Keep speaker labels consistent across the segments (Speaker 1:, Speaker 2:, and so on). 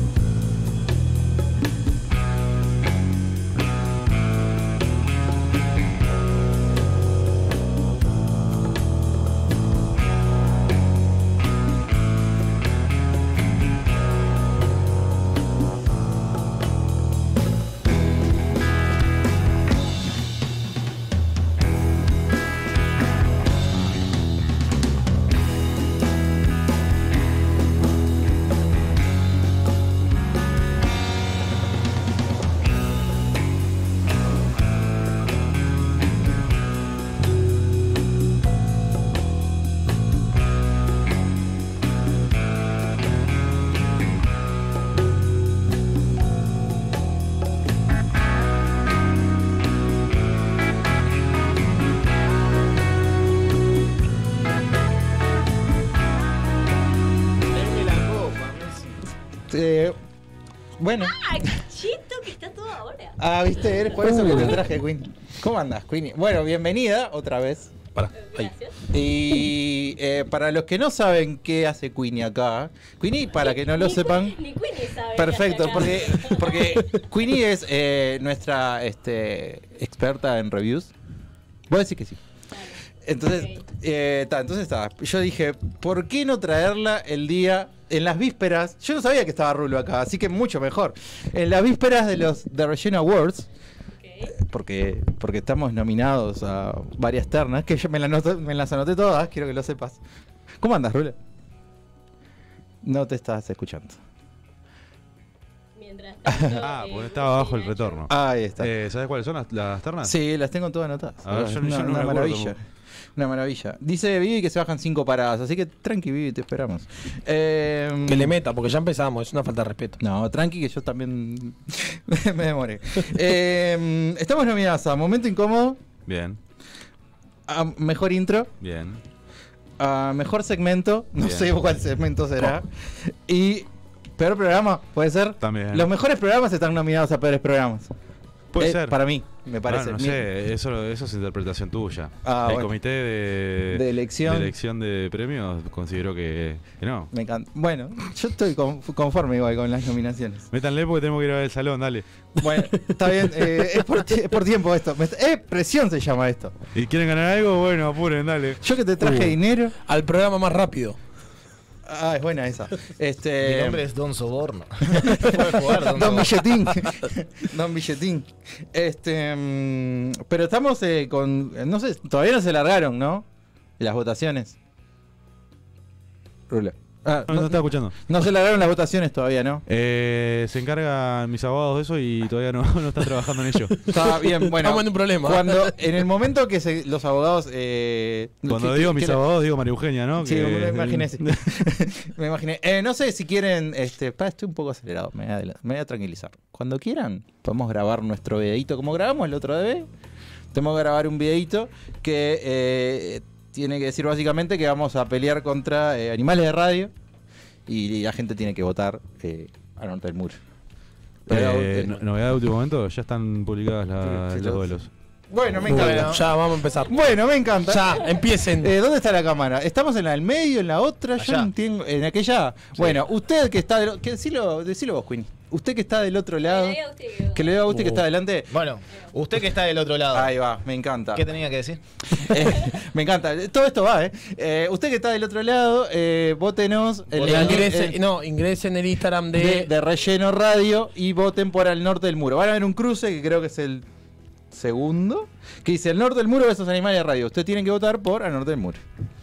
Speaker 1: este
Speaker 2: Este, Bueno.
Speaker 3: ¡Ah! ¡Qué chito que está todo ahora!
Speaker 2: Ah, viste, eres por eso que te traje, Queen. ¿Cómo andas, Queen? Bueno, bienvenida otra vez.
Speaker 4: Pará, ahí.
Speaker 3: Gracias.
Speaker 2: Y eh, para los que no saben qué hace Queenie acá, Queenie, para que no lo
Speaker 3: Ni-
Speaker 2: sepan,
Speaker 3: Ni Queenie sabe. qué hace
Speaker 2: perfecto,
Speaker 3: acá.
Speaker 2: porque, porque Queenie es eh, nuestra este, experta en reviews. Voy a decir que sí. Entonces,
Speaker 3: Ok.
Speaker 2: eh, ta, entonces estaba. Yo dije, ¿por qué no traerla el día, en las vísperas? Yo no sabía que estaba Rulo acá, así que mucho mejor. En las vísperas de los The Regina Awards,
Speaker 3: Ok.
Speaker 2: porque, porque estamos nominados a varias ternas, que yo me, la anoto- me las anoté todas, quiero que lo sepas. ¿Cómo andas, Rula? No te estás escuchando.
Speaker 3: Mientras tanto,
Speaker 4: Ah,
Speaker 3: eh,
Speaker 4: porque estaba abajo el
Speaker 3: Nacho-
Speaker 4: retorno.
Speaker 2: Ah, Ahí está.
Speaker 4: Eh, ¿Sabes cuáles son las, las ternas?
Speaker 2: sí, las tengo todas anotadas.
Speaker 4: A ver, yo- yo no me
Speaker 2: una
Speaker 4: acuerdo
Speaker 2: maravilla.
Speaker 4: cómo-
Speaker 2: Una maravilla. Dice Vivi que se bajan cinco paradas, así que tranqui, Vivi, te esperamos. Eh,
Speaker 5: Que le meta, porque ya empezamos, es una falta de respeto.
Speaker 2: No, tranqui, que yo también me demoré. Eh, estamos nominadas a Momento Incómodo,
Speaker 4: Bien,
Speaker 2: a Mejor Intro,
Speaker 4: bien.
Speaker 2: a Mejor Segmento, no
Speaker 4: Bien.
Speaker 2: sé cuál segmento será, y Peor Programa, ¿puede ser?
Speaker 4: También.
Speaker 2: Los mejores programas están nominados a peores programas.
Speaker 4: Puede
Speaker 2: Eh,
Speaker 4: ser.
Speaker 2: Para mí, me parece.
Speaker 4: Bueno, no
Speaker 2: Mi-
Speaker 4: sé, eso, eso es interpretación tuya.
Speaker 2: Ah,
Speaker 4: el
Speaker 2: bueno.
Speaker 4: comité de,
Speaker 2: De elección.
Speaker 4: de elección de premios consideró que, que no.
Speaker 2: Me encanta. Bueno, yo estoy con- conforme igual con las nominaciones.
Speaker 4: Métanle porque tenemos que ir a ver el salón, dale.
Speaker 2: Bueno, está bien, eh, es, por, ti- es por tiempo esto. Me está- eh, presión se llama esto.
Speaker 4: ¿Y quieren ganar algo? Bueno, apuren, dale.
Speaker 2: Yo que te traje
Speaker 5: Uh.
Speaker 2: dinero.
Speaker 5: Al programa más rápido. Eh,
Speaker 2: Ah, es buena esa. Este,
Speaker 6: Mi nombre es Don Soborno. Puedes jugar, Don
Speaker 2: Don
Speaker 6: Soborno.
Speaker 2: Billetín. Don Billetín. Este, mm, pero estamos eh, con. No sé, todavía no se largaron, ¿no? Las votaciones. Rula. Ah,
Speaker 4: No, no
Speaker 2: no,
Speaker 4: estaba escuchando.
Speaker 2: no se largaron las votaciones todavía, ¿no?
Speaker 4: Eh, se encargan mis abogados de eso
Speaker 2: Ah.
Speaker 4: y todavía no, no están trabajando en ello.
Speaker 2: Está bien, bueno.
Speaker 5: Estamos en un problema.
Speaker 2: Cuando, en el momento que se- los abogados. eh,
Speaker 4: Cuando
Speaker 2: que-
Speaker 4: digo
Speaker 2: que-
Speaker 4: mis
Speaker 2: que-
Speaker 4: abogados, digo María Eugenia, ¿no?
Speaker 2: Sí,
Speaker 4: Que-
Speaker 2: me imaginé. sí. me imaginé. Eh, no sé si quieren. Este, pa, estoy un poco acelerado. Me voy, a, adela- me voy a tranquilizar. Cuando quieran, podemos grabar nuestro videito como grabamos el otro día. Tenemos que grabar un videito que eh, tiene que decir básicamente que vamos a pelear contra eh, animales de radio y, la gente tiene que votar eh, a norte del muro. Pero,
Speaker 4: Eh,
Speaker 2: eh,
Speaker 4: no- novedad de último momento, ya están publicadas las-
Speaker 2: Sí, sí,
Speaker 4: los
Speaker 2: sí.
Speaker 4: duelos.
Speaker 2: Bueno, me
Speaker 5: Bueno,
Speaker 2: encanta.
Speaker 5: ya vamos a empezar.
Speaker 2: Bueno, me encanta.
Speaker 5: Ya, empiecen.
Speaker 2: Eh, ¿Dónde está la cámara? ¿Estamos en la del medio, en la otra? Yo
Speaker 6: Allá.
Speaker 2: no entiendo. ¿En aquella? Bueno, usted que está. Del, o- que decilo, decilo vos, Queen. Usted que está del otro lado.
Speaker 3: Que le vea a usted que veo.
Speaker 2: Que le vea a usted que está adelante.
Speaker 6: Bueno, usted que está del otro lado.
Speaker 2: Ahí va, me encanta.
Speaker 6: ¿Qué tenía que decir?
Speaker 2: Eh, me encanta. Todo esto va, ¿eh? Eh, usted que está del otro lado, eh, votenos. en
Speaker 6: Voten.
Speaker 2: la-
Speaker 5: Ingresen-
Speaker 2: eh,
Speaker 5: no, ingresen en el Instagram de,
Speaker 2: de, de relleno radio y voten por al norte del muro. Van a ver un cruce que creo que es el segundo. Que dice el norte del muro versus animales de radio. Ustedes tienen que votar por al norte del muro.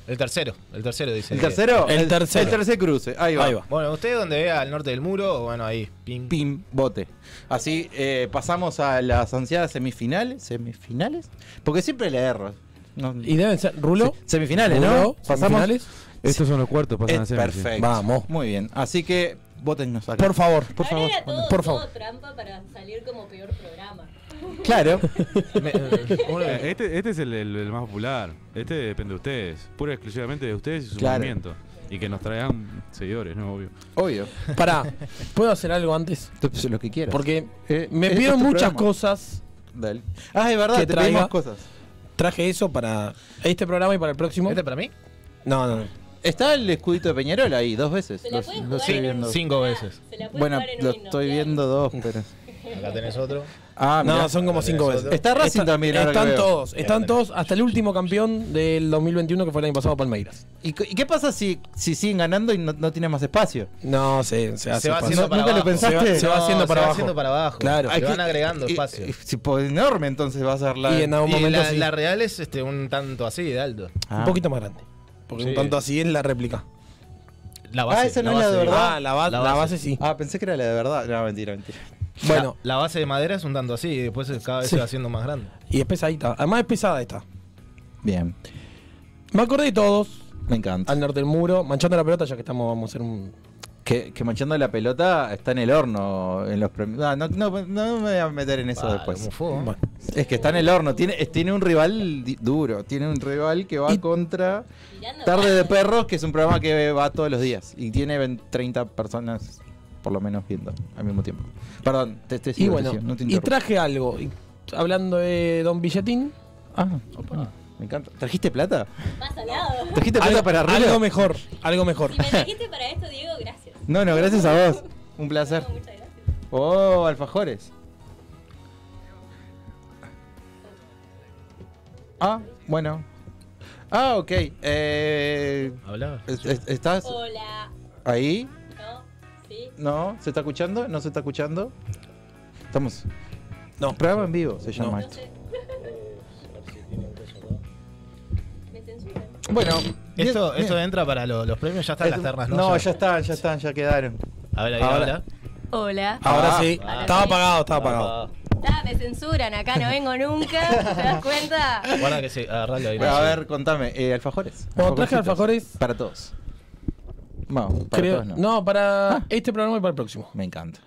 Speaker 6: El tercero. El tercero dice.
Speaker 2: ¿El
Speaker 6: que-
Speaker 2: tercero?
Speaker 5: El tercero.
Speaker 2: El tercer cruce. Ahí va.
Speaker 5: Ahí va.
Speaker 6: Bueno, usted donde vea al norte del muro, bueno, ahí. Pim.
Speaker 2: pim, bote. Así eh, pasamos a las ansiadas semifinales. ¿Semifinales? Porque siempre le erro. No-
Speaker 5: Y deben ser Rulo.
Speaker 2: Se- semifinales, ¿no?
Speaker 5: Rulo,
Speaker 2: Pasamos.
Speaker 5: semifinales.
Speaker 4: Estos son los cuartos, pasan a
Speaker 2: Es
Speaker 4: ser.
Speaker 2: perfecto.
Speaker 5: Vamos.
Speaker 2: Muy bien. Así que votennos acá.
Speaker 5: Por favor.
Speaker 2: Por
Speaker 3: Ahora
Speaker 2: favor.
Speaker 3: era todo,
Speaker 5: por
Speaker 3: por
Speaker 5: favor.
Speaker 3: favor. trampa para salir como peor programa.
Speaker 2: Claro.
Speaker 6: Me- eh, uno-
Speaker 4: Eh, Este, este es el, el- el más popular. Este depende de ustedes. Pura y exclusivamente de ustedes y su
Speaker 2: Claro.
Speaker 4: movimiento. Y que nos traigan seguidores, ¿no? Obvio.
Speaker 2: Obvio.
Speaker 5: Pará, ¿puedo hacer algo antes?
Speaker 2: Entonces, lo que quieras.
Speaker 5: Porque
Speaker 2: Eh,
Speaker 5: me
Speaker 2: es- es
Speaker 5: pidieron
Speaker 2: tu
Speaker 5: muchas
Speaker 2: programa.
Speaker 5: cosas.
Speaker 2: Dale. Ah, es verdad,
Speaker 5: Que
Speaker 2: te pedimos
Speaker 5: traiga-
Speaker 2: cosas.
Speaker 5: Traje eso para este programa y para el próximo.
Speaker 6: ¿Este para mí?
Speaker 5: No, no, no.
Speaker 2: Está el escudito de Peñarol ahí, dos veces.
Speaker 3: Se la
Speaker 2: Lo-
Speaker 3: pueden
Speaker 2: lo
Speaker 3: jugar
Speaker 2: estoy
Speaker 3: en
Speaker 2: viendo.
Speaker 3: un-
Speaker 6: Cinco veces.
Speaker 3: Se la puede
Speaker 2: Bueno,
Speaker 3: jugar en
Speaker 2: lo
Speaker 3: un
Speaker 2: estoy
Speaker 3: hipnoteado.
Speaker 2: viendo dos, pero.
Speaker 6: Acá tenés otro.
Speaker 2: Ah,
Speaker 5: No,
Speaker 2: mirá.
Speaker 5: son como cinco
Speaker 6: Eso-
Speaker 5: veces.
Speaker 2: Está Racing también, ahora que
Speaker 5: Están
Speaker 2: veo.
Speaker 5: todos, están todos, hasta el último campeón del 2021 que fue el año pasado Palmeiras.
Speaker 2: ¿Y, cu- y qué pasa si, si siguen ganando y no, no tienen más espacio?
Speaker 5: No, se, se hace.
Speaker 6: va
Speaker 5: paso.
Speaker 6: haciendo
Speaker 2: No,
Speaker 6: para
Speaker 2: nunca lo
Speaker 6: abajo.
Speaker 2: pensaste.
Speaker 5: Se va- se va haciendo para
Speaker 6: se
Speaker 5: abajo.
Speaker 6: va haciendo para abajo.
Speaker 5: Claro.
Speaker 6: Se
Speaker 2: Hay
Speaker 6: van
Speaker 2: que-
Speaker 6: agregando
Speaker 2: y-
Speaker 6: espacio.
Speaker 2: y- si po- enorme entonces va a ser la.
Speaker 5: Y en algún
Speaker 6: Y
Speaker 5: momento
Speaker 6: la,
Speaker 5: sí.
Speaker 6: la real es este, un tanto así de alto.
Speaker 2: Ah.
Speaker 5: Un poquito más grande. Porque un
Speaker 6: Sí.
Speaker 5: tanto así es la réplica.
Speaker 6: La
Speaker 2: Ah, esa no es la de verdad.
Speaker 5: Ah, la, ba- la base, sí.
Speaker 2: Ah, pensé que era la de verdad. No, mentira, mentira.
Speaker 5: Bueno,
Speaker 6: Bueno, la, base de madera es un tanto así y después cada vez
Speaker 5: Sí.
Speaker 6: se va haciendo más grande.
Speaker 5: y es pesadita. Además es Ah, pesada esta.
Speaker 2: Bien,
Speaker 5: Me acordé de todos.
Speaker 2: me encanta.
Speaker 5: Al norte del muro, manchando la pelota, ya que estamos, vamos a hacer un.
Speaker 2: Que, que manchando la pelota está en el horno en los premios. Ah, no, no, no me voy a meter en eso
Speaker 6: Ah,
Speaker 2: después.
Speaker 6: como fuego.
Speaker 5: Bueno.
Speaker 2: Es que está en el horno. Tiene, es- tiene un rival di- duro. Tiene un rival que va
Speaker 5: Y-
Speaker 2: contra
Speaker 3: Tirando
Speaker 2: Tarde de
Speaker 3: balas.
Speaker 2: Perros, que es un programa que va todos los días. Y tiene 20, 30 personas por lo menos viendo al mismo tiempo. Perdón, te, te
Speaker 5: Y
Speaker 2: sigo, te
Speaker 5: bueno,
Speaker 2: sigo, no te
Speaker 5: y
Speaker 2: interrumpo.
Speaker 5: traje algo. y hablando de Don Billetín,
Speaker 2: Ah, bueno, me encanta. ¿Trajiste plata?
Speaker 3: Más al lado.
Speaker 2: ¿Trajiste plata
Speaker 5: algo,
Speaker 2: para
Speaker 5: algo
Speaker 2: Rulo?
Speaker 5: mejor, algo mejor.
Speaker 3: Si me trajiste para esto, Diego, gracias.
Speaker 2: No, no, gracias a vos. Un placer.
Speaker 3: No, muchas gracias.
Speaker 2: Oh, alfajores. Ah, bueno. Ah, ok. Eh,
Speaker 6: Hablaba.
Speaker 2: es- es- ¿Estás
Speaker 3: Hola.
Speaker 2: ahí?
Speaker 3: ¿No? ¿Sí?
Speaker 2: ¿No? ¿Se está escuchando? ¿No se está escuchando? Estamos.
Speaker 5: No.
Speaker 2: Programa en vivo se llama
Speaker 3: No
Speaker 2: esto.
Speaker 3: sé. Me censuran.
Speaker 2: Bueno,
Speaker 6: Esto,
Speaker 2: bien,
Speaker 6: esto
Speaker 2: bien.
Speaker 6: entra para lo- los premios, ya están las ternas, ¿no?
Speaker 2: No, ya están, ya están, ya quedaron.
Speaker 6: A ver, ahí
Speaker 2: Ahora.
Speaker 6: habla.
Speaker 3: Hola.
Speaker 5: Ahora
Speaker 2: Ah,
Speaker 5: sí,
Speaker 3: ah.
Speaker 5: estaba apagado, estaba apagado.
Speaker 3: Ah, me censuran, acá no vengo nunca. ¿Te das cuenta?
Speaker 6: Guarda que sí, agarralo ahí.
Speaker 2: Bueno, a ver, contame. eh, alfajores.
Speaker 5: Bueno, traje
Speaker 2: Alfajorcitos.
Speaker 5: alfajores.
Speaker 2: Para todos. No, para
Speaker 5: Creo-
Speaker 2: todos no. Ah.
Speaker 5: no. para este programa y para el próximo.
Speaker 2: Me encanta.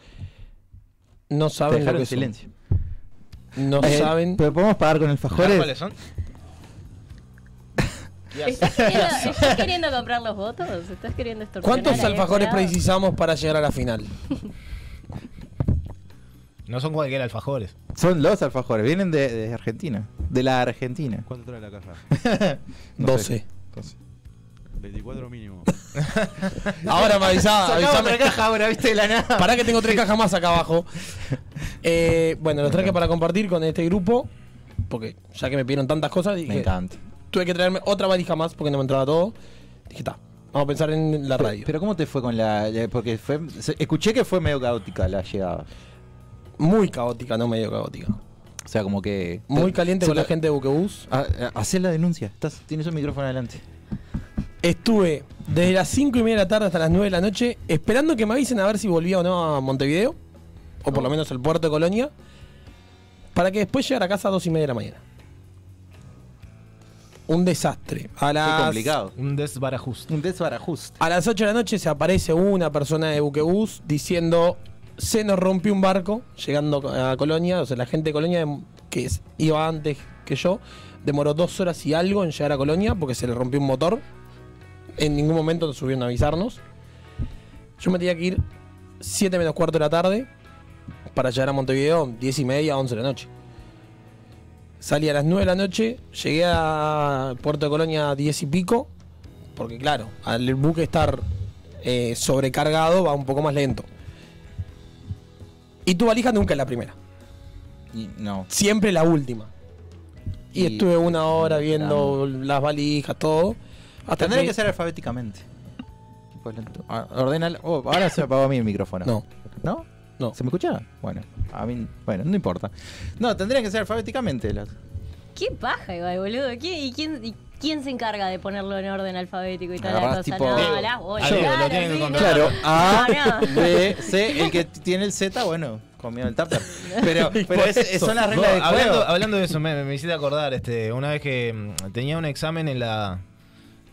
Speaker 5: No
Speaker 2: Te
Speaker 5: saben lo
Speaker 2: dejaron
Speaker 5: que
Speaker 2: en
Speaker 5: son.
Speaker 2: silencio.
Speaker 5: No
Speaker 2: Eh,
Speaker 5: saben.
Speaker 2: Pero podemos pagar con
Speaker 6: ¿Sabes ¿Cuáles
Speaker 2: alfajores.
Speaker 6: son?
Speaker 3: ¿Estás queriendo, estás queriendo comprar los votos? ¿Estás queriendo estornar?
Speaker 5: ¿Cuántos alfajores precisamos para llegar a la final?
Speaker 6: No son cualquier alfajores.
Speaker 2: Son los alfajores. Vienen de, de Argentina. De la Argentina.
Speaker 4: ¿Cuánto trae la caja?
Speaker 2: No
Speaker 5: 12.
Speaker 2: sé. 12.
Speaker 4: 24 mínimo.
Speaker 5: Ahora me avisá, avisame.
Speaker 2: caja ahora, viste, de la nada.
Speaker 5: Pará que tengo tres cajas más acá abajo. Eh, bueno, los traje para compartir con este grupo. Porque ya que me pidieron tantas cosas,
Speaker 2: Me
Speaker 5: dije,
Speaker 2: encanta.
Speaker 5: tuve que traerme otra valija más porque no me entraba todo. Dije, ta, vamos a pensar en la radio.
Speaker 2: Pero, pero ¿cómo te fue con la...? la- Porque fue, se- escuché que fue medio caótica la llegada.
Speaker 5: Muy caótica, no medio caótica.
Speaker 2: O sea, como que...
Speaker 5: Muy caliente
Speaker 2: se
Speaker 5: con la
Speaker 2: te-
Speaker 5: gente de Buquebus.
Speaker 2: Ah, ah, Hacé la denuncia. Estás, tienes un micrófono adelante.
Speaker 5: Estuve desde las 5 y media de la tarde hasta las 9 de la noche esperando que me avisen a ver si volvía o no a Montevideo, o por lo menos al puerto de Colonia, para que después llegara a casa a 2 y media de la mañana. Un desastre. A
Speaker 2: Qué
Speaker 5: las,
Speaker 2: complicado.
Speaker 6: Un desbarajuste.
Speaker 2: Un desbarajuste.
Speaker 5: A las 8 de la noche se aparece una persona de Buquebus diciendo, se nos rompió un barco llegando a Colonia, o sea, la gente de Colonia que es- iba antes que yo, demoró dos horas y algo en llegar a Colonia porque se le rompió un motor. En ningún momento nos subieron a avisarnos. Yo me tenía que ir 7 menos cuarto de la tarde para llegar a Montevideo, 10 y media, 11 de la noche. Salí a las 9 de la noche, llegué a Puerto de Colonia a 10 y pico, porque claro, al buque estar eh, sobrecargado va un poco más lento. Y tu valija nunca es la primera,
Speaker 2: Y, no.
Speaker 5: siempre la última. Y,
Speaker 2: Y-
Speaker 5: estuve una hora viendo las valijas, todo. Hasta
Speaker 2: Tendría
Speaker 5: que-
Speaker 2: que ser alfabéticamente. Pues lento. Ah, Ordena. oh, ahora se me apagó a mí el micrófono.
Speaker 5: No.
Speaker 2: ¿No?
Speaker 5: No.
Speaker 2: ¿Se me escucha? Bueno, a mí. Bueno, no importa. No, tendrían que ser alfabéticamente. las-
Speaker 3: ¿Qué paja, igual, boludo? ¿Quién, y, quién, ¿Y quién se encarga de ponerlo en orden alfabético y tal
Speaker 2: Agarrás
Speaker 3: cosa?
Speaker 2: tipo-
Speaker 3: no, las bolas.
Speaker 6: Yo-
Speaker 3: claro,
Speaker 6: lo tienen que
Speaker 3: sí,
Speaker 6: controlar.
Speaker 2: Claro, A,
Speaker 3: No, no.
Speaker 2: Ah, B, C. El que tiene el Z, bueno, comió el tupper. Pero, pero
Speaker 5: por
Speaker 2: es- es-
Speaker 5: eso.
Speaker 2: son las
Speaker 6: No,
Speaker 2: reglas de juego.
Speaker 6: hablando, hablando de eso, me, me hiciste acordar, este, una vez que mm, tenía un examen en la,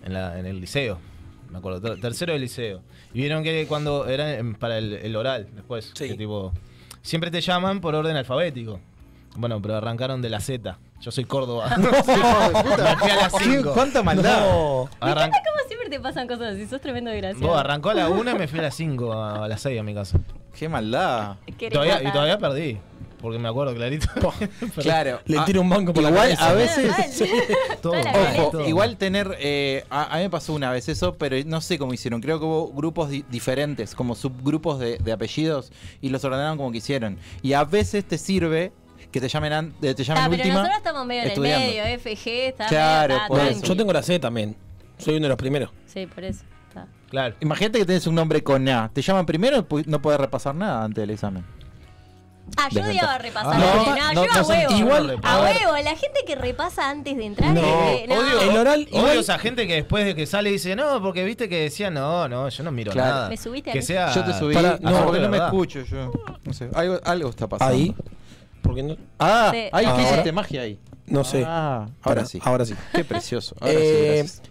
Speaker 6: en la- en el liceo, me acuerdo, ter- tercero del liceo. Y vieron que cuando era em, para el, el oral, después,
Speaker 5: Sí.
Speaker 6: que tipo, siempre te llaman por orden alfabético. Bueno, pero arrancaron de la Z. Yo soy Córdoba. Me fui a las
Speaker 2: ¿Qué-
Speaker 6: cinco.
Speaker 2: ¿Cuánta maldad?
Speaker 5: No.
Speaker 3: Me
Speaker 6: Arran-
Speaker 3: encanta cómo siempre te pasan cosas así, sos tremendo
Speaker 6: Vos,
Speaker 3: gracioso.
Speaker 6: arrancó a la 1 y me fui a las 5, a, a las 6 a mi casa.
Speaker 2: Qué maldad.
Speaker 3: Querés
Speaker 6: Todavía, y
Speaker 3: matar.
Speaker 6: todavía perdí, porque me acuerdo clarito.
Speaker 2: Claro.
Speaker 5: Le
Speaker 2: ah,
Speaker 5: tiro un banco por la
Speaker 2: Igual,
Speaker 5: cabeza.
Speaker 2: a veces.
Speaker 3: Mal.
Speaker 6: Todo.
Speaker 3: Toda la
Speaker 2: Ojo,
Speaker 3: violencia.
Speaker 2: igual tener. eh, a, a mí me pasó una vez eso, pero no sé cómo hicieron. Creo que hubo grupos di- diferentes, como subgrupos de, de apellidos, y los ordenaron como quisieron. Y a veces te sirve que te llamen, an- eh, te llamen
Speaker 3: Ah, pero
Speaker 2: última.
Speaker 3: nosotros estamos medio en
Speaker 2: estudiando.
Speaker 3: el medio, eh. FG, está
Speaker 2: Claro,
Speaker 3: medio, está,
Speaker 2: por
Speaker 3: está,
Speaker 2: eso.
Speaker 5: Yo tengo la C también. Soy uno de los primeros.
Speaker 3: Sí, por eso. está.
Speaker 6: Claro.
Speaker 2: Imagínate que tenés un nombre con A. Te llaman primero, pu- no podés repasar nada antes del examen.
Speaker 3: Ah, yo
Speaker 2: Desventaja.
Speaker 3: odiaba repasar.
Speaker 2: Ah, no,
Speaker 3: antes. no,
Speaker 2: no,
Speaker 3: yo a
Speaker 2: no,
Speaker 3: huevo.
Speaker 6: igual-
Speaker 3: a
Speaker 6: a ver.
Speaker 3: huevo, la gente que repasa antes de entrar. eh,
Speaker 5: No,
Speaker 3: es que-
Speaker 6: odio-
Speaker 5: El oral igual-
Speaker 6: Odio esa gente que después de que sale dice, no, porque viste que decía, no, no, yo no miro
Speaker 2: Claro.
Speaker 6: nada.
Speaker 3: Me subiste
Speaker 6: que
Speaker 3: al-
Speaker 6: sea
Speaker 2: yo te subí.
Speaker 5: pará,
Speaker 2: ah,
Speaker 5: no,
Speaker 2: porque
Speaker 6: de
Speaker 2: no me
Speaker 6: verdad.
Speaker 2: escucho yo. No sé, algo, algo está pasando.
Speaker 5: Ahí. Porque no,
Speaker 2: Ah,
Speaker 3: Sí.
Speaker 2: ahí que
Speaker 5: Ahora.
Speaker 2: hiciste magia ahí.
Speaker 5: no sé.
Speaker 2: Ah, ahora
Speaker 5: Pará,
Speaker 2: sí.
Speaker 5: Ahora sí.
Speaker 2: Qué precioso. Ahora sí,
Speaker 5: Eh,
Speaker 2: gracias.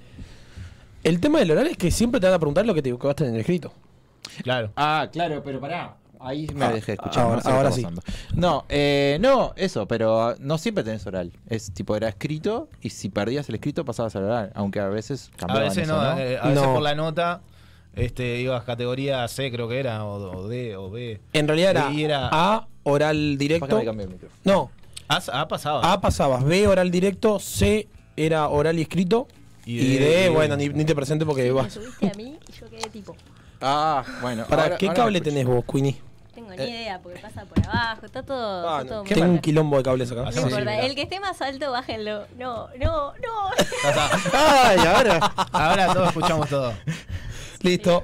Speaker 5: El tema del oral es que siempre te van a preguntar lo que te equivocaste en el escrito.
Speaker 6: Claro.
Speaker 2: Ah, claro, pero pará. Ahí me
Speaker 5: Ah,
Speaker 2: dejé escuchar.
Speaker 5: ahora-
Speaker 2: no sé qué
Speaker 5: ahora
Speaker 2: está
Speaker 5: sí.
Speaker 2: pasando. No, eh, no, eso, pero no siempre tenés oral. Es tipo, era escrito y si perdías el escrito pasabas al oral. Aunque a veces
Speaker 6: A
Speaker 2: cambiaban
Speaker 6: veces
Speaker 2: eso,
Speaker 6: no,
Speaker 2: ¿no?
Speaker 6: eh, a veces
Speaker 5: No.
Speaker 6: por la nota. este, ibas categoría C, creo que era, o, o D, o B.
Speaker 5: En realidad era,
Speaker 6: Y era-
Speaker 5: A, oral
Speaker 2: Para que
Speaker 5: directo.
Speaker 2: me cambie el micrófono.
Speaker 5: No,
Speaker 6: Ah, ah, pasaba.
Speaker 5: A pasabas, B, oral directo, C era oral y escrito.
Speaker 6: Y
Speaker 5: Y,
Speaker 6: D,
Speaker 5: D,
Speaker 6: y-
Speaker 5: bueno, ni, ni te presente porque
Speaker 3: Me
Speaker 5: vas.
Speaker 3: subiste a mí y yo quedé tipo,
Speaker 2: Ah, bueno.
Speaker 5: ¿Para
Speaker 2: ahora-
Speaker 5: qué
Speaker 2: ahora
Speaker 5: cable
Speaker 2: lo escucho. Ah,
Speaker 5: tenés vos, Queenie?
Speaker 3: tengo ni idea porque pasa por abajo, está todo, está todo muy
Speaker 5: Tengo un
Speaker 3: fuerte.
Speaker 5: quilombo de cables acá.
Speaker 3: No
Speaker 6: Hacemos así,
Speaker 3: importa,
Speaker 6: mirá.
Speaker 3: el que esté más alto, bájenlo. No, no, no.
Speaker 2: Ay, ahora.
Speaker 6: Ahora todos escuchamos todo.
Speaker 5: Listo.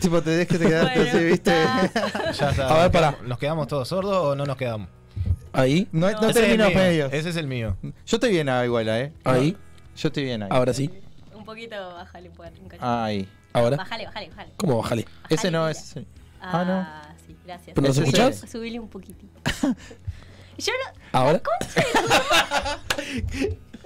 Speaker 2: tipo, tenés que te quedarte
Speaker 3: Bueno,
Speaker 2: así, ¿viste?
Speaker 3: está.
Speaker 6: Ya está.
Speaker 5: A ver, pará.
Speaker 6: Nos quedamos- ¿Nos quedamos todos sordos o no nos quedamos?
Speaker 5: Ahí,
Speaker 2: No, no,
Speaker 6: Ese es el
Speaker 2: termino
Speaker 6: mío,
Speaker 2: medios.
Speaker 6: Ese es el mío.
Speaker 2: Yo estoy bien ahí, igual, ¿eh?
Speaker 5: ahí,
Speaker 2: Yo estoy bien ahí.
Speaker 5: ahora sí,
Speaker 3: Un poquito, bájale un poquito. un cachito.
Speaker 2: Ahí.
Speaker 5: Ah, ahora.
Speaker 3: Bájale, bájale, bájale.
Speaker 5: ¿Cómo bajale?
Speaker 2: Ese no
Speaker 3: mira.
Speaker 2: es.
Speaker 3: Ah,
Speaker 2: Ah, no.
Speaker 3: sí, gracias.
Speaker 5: ¿Pero
Speaker 2: nos
Speaker 3: Subile-
Speaker 2: escuchás?
Speaker 3: Subile un poquitito. Yo no.
Speaker 5: ¿Ahora?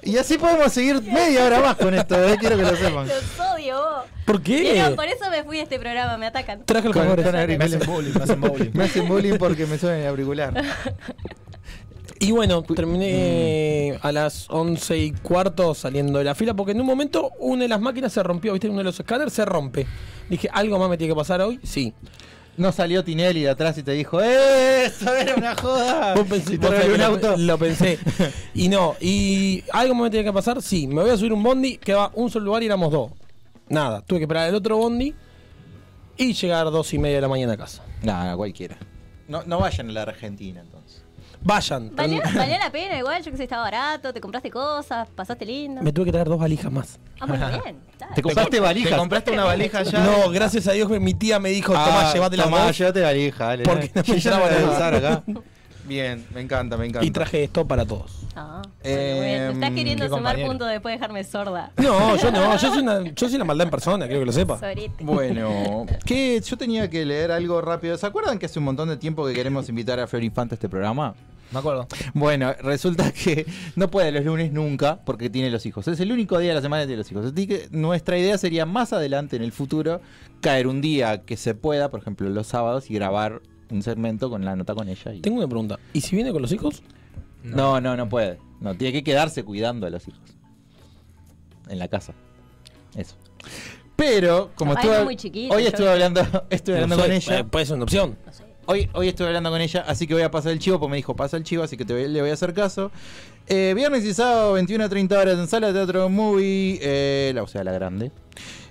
Speaker 2: Y así podemos seguir media hora más con esto, ¿eh? quiero que lo sepan.
Speaker 3: Los odio vos.
Speaker 5: ¿Por
Speaker 3: Vieron,
Speaker 5: qué?
Speaker 3: Por eso me fui de este programa, me atacan.
Speaker 5: Traje los
Speaker 2: Con-
Speaker 5: favor.
Speaker 2: con
Speaker 6: Me hacen bullying, me hacen bullying.
Speaker 2: Me hacen bullying porque me suena el auricular.
Speaker 5: Y bueno, terminé
Speaker 2: mm.
Speaker 5: a las 11 y cuarto saliendo de la fila porque en un momento una de las máquinas se rompió, ¿viste? Uno de los escáneres se rompe. Dije, ¿algo más me tiene que pasar hoy? Sí.
Speaker 2: No salió Tinelli de atrás y te dijo, ¡Eh! ¡Eso era una joda!
Speaker 5: Vos pensé-
Speaker 2: Y Ah, te
Speaker 5: vos
Speaker 2: regaló
Speaker 5: sabés
Speaker 2: un
Speaker 5: que
Speaker 2: auto.
Speaker 5: Lo, lo pensé. Y no, y algo me tenía que pasar, sí. Me voy a subir un bondi, que va un solo lugar y éramos dos. Nada, tuve que esperar el otro bondi y llegar a dos y media de la mañana a casa.
Speaker 2: No, no, cualquiera. No, no vayan a la Argentina entonces.
Speaker 5: Vayan.
Speaker 3: Valió,
Speaker 5: ten-
Speaker 3: valió la pena, igual, yo que sé, estaba barato, te compraste cosas, pasaste lindo.
Speaker 5: Me tuve que traer dos valijas más.
Speaker 3: Ah, muy bien. está.
Speaker 2: Te compraste
Speaker 6: ¿Te
Speaker 2: valijas.
Speaker 6: compraste una valija ya?
Speaker 5: No, gracias a Dios que mi tía me dijo, tomá, llévate la
Speaker 2: Tomá,
Speaker 5: más.
Speaker 2: Ah, llévate valija, dale.
Speaker 5: Porque no
Speaker 2: Yo
Speaker 5: me
Speaker 2: ya la voy a
Speaker 5: traba
Speaker 2: usar
Speaker 5: nada.
Speaker 2: acá. Bien, me encanta, me encanta.
Speaker 5: Y traje esto para todos.
Speaker 3: Ah, bueno,
Speaker 2: Eh,
Speaker 3: bueno, te estás queriendo
Speaker 6: qué
Speaker 3: sumar
Speaker 6: compañero.
Speaker 3: puntos después de dejarme sorda.
Speaker 5: No, yo no, yo soy una, yo soy una maldad en persona, creo que lo sepa.
Speaker 3: Sorete.
Speaker 2: Bueno, que yo tenía que leer algo rápido. ¿Se acuerdan que hace un montón de tiempo que queremos invitar a Flor Infante a este programa?
Speaker 6: Me acuerdo.
Speaker 2: Bueno, resulta que no puede los lunes nunca porque tiene los hijos. Es el único día de la semana que tiene los hijos. Así que nuestra idea sería más adelante en el futuro caer un día que se pueda, por ejemplo, los sábados y grabar un segmento con la nota con ella. y-
Speaker 5: Tengo una pregunta. ¿Y si viene con los hijos?
Speaker 2: No, no, no puede. No, tiene que quedarse cuidando a los hijos. En la casa. Eso. Pero, como
Speaker 3: Capaz
Speaker 2: estuve-
Speaker 3: es muy chiquito,
Speaker 2: hoy
Speaker 3: yo
Speaker 2: estuve
Speaker 3: creo.
Speaker 2: hablando, estuve hablando
Speaker 5: No sé,
Speaker 2: con ella.
Speaker 5: eh, Puede ser una opción.
Speaker 3: No sé.
Speaker 2: Hoy, hoy estuve hablando con ella, así que voy a pasar el chivo, porque me dijo, pasa el chivo, así que te voy- le voy a hacer caso. Eh, viernes y sábado, 21 a 30 horas en Sala de Teatro Movie, eh, la, o sea, la grande.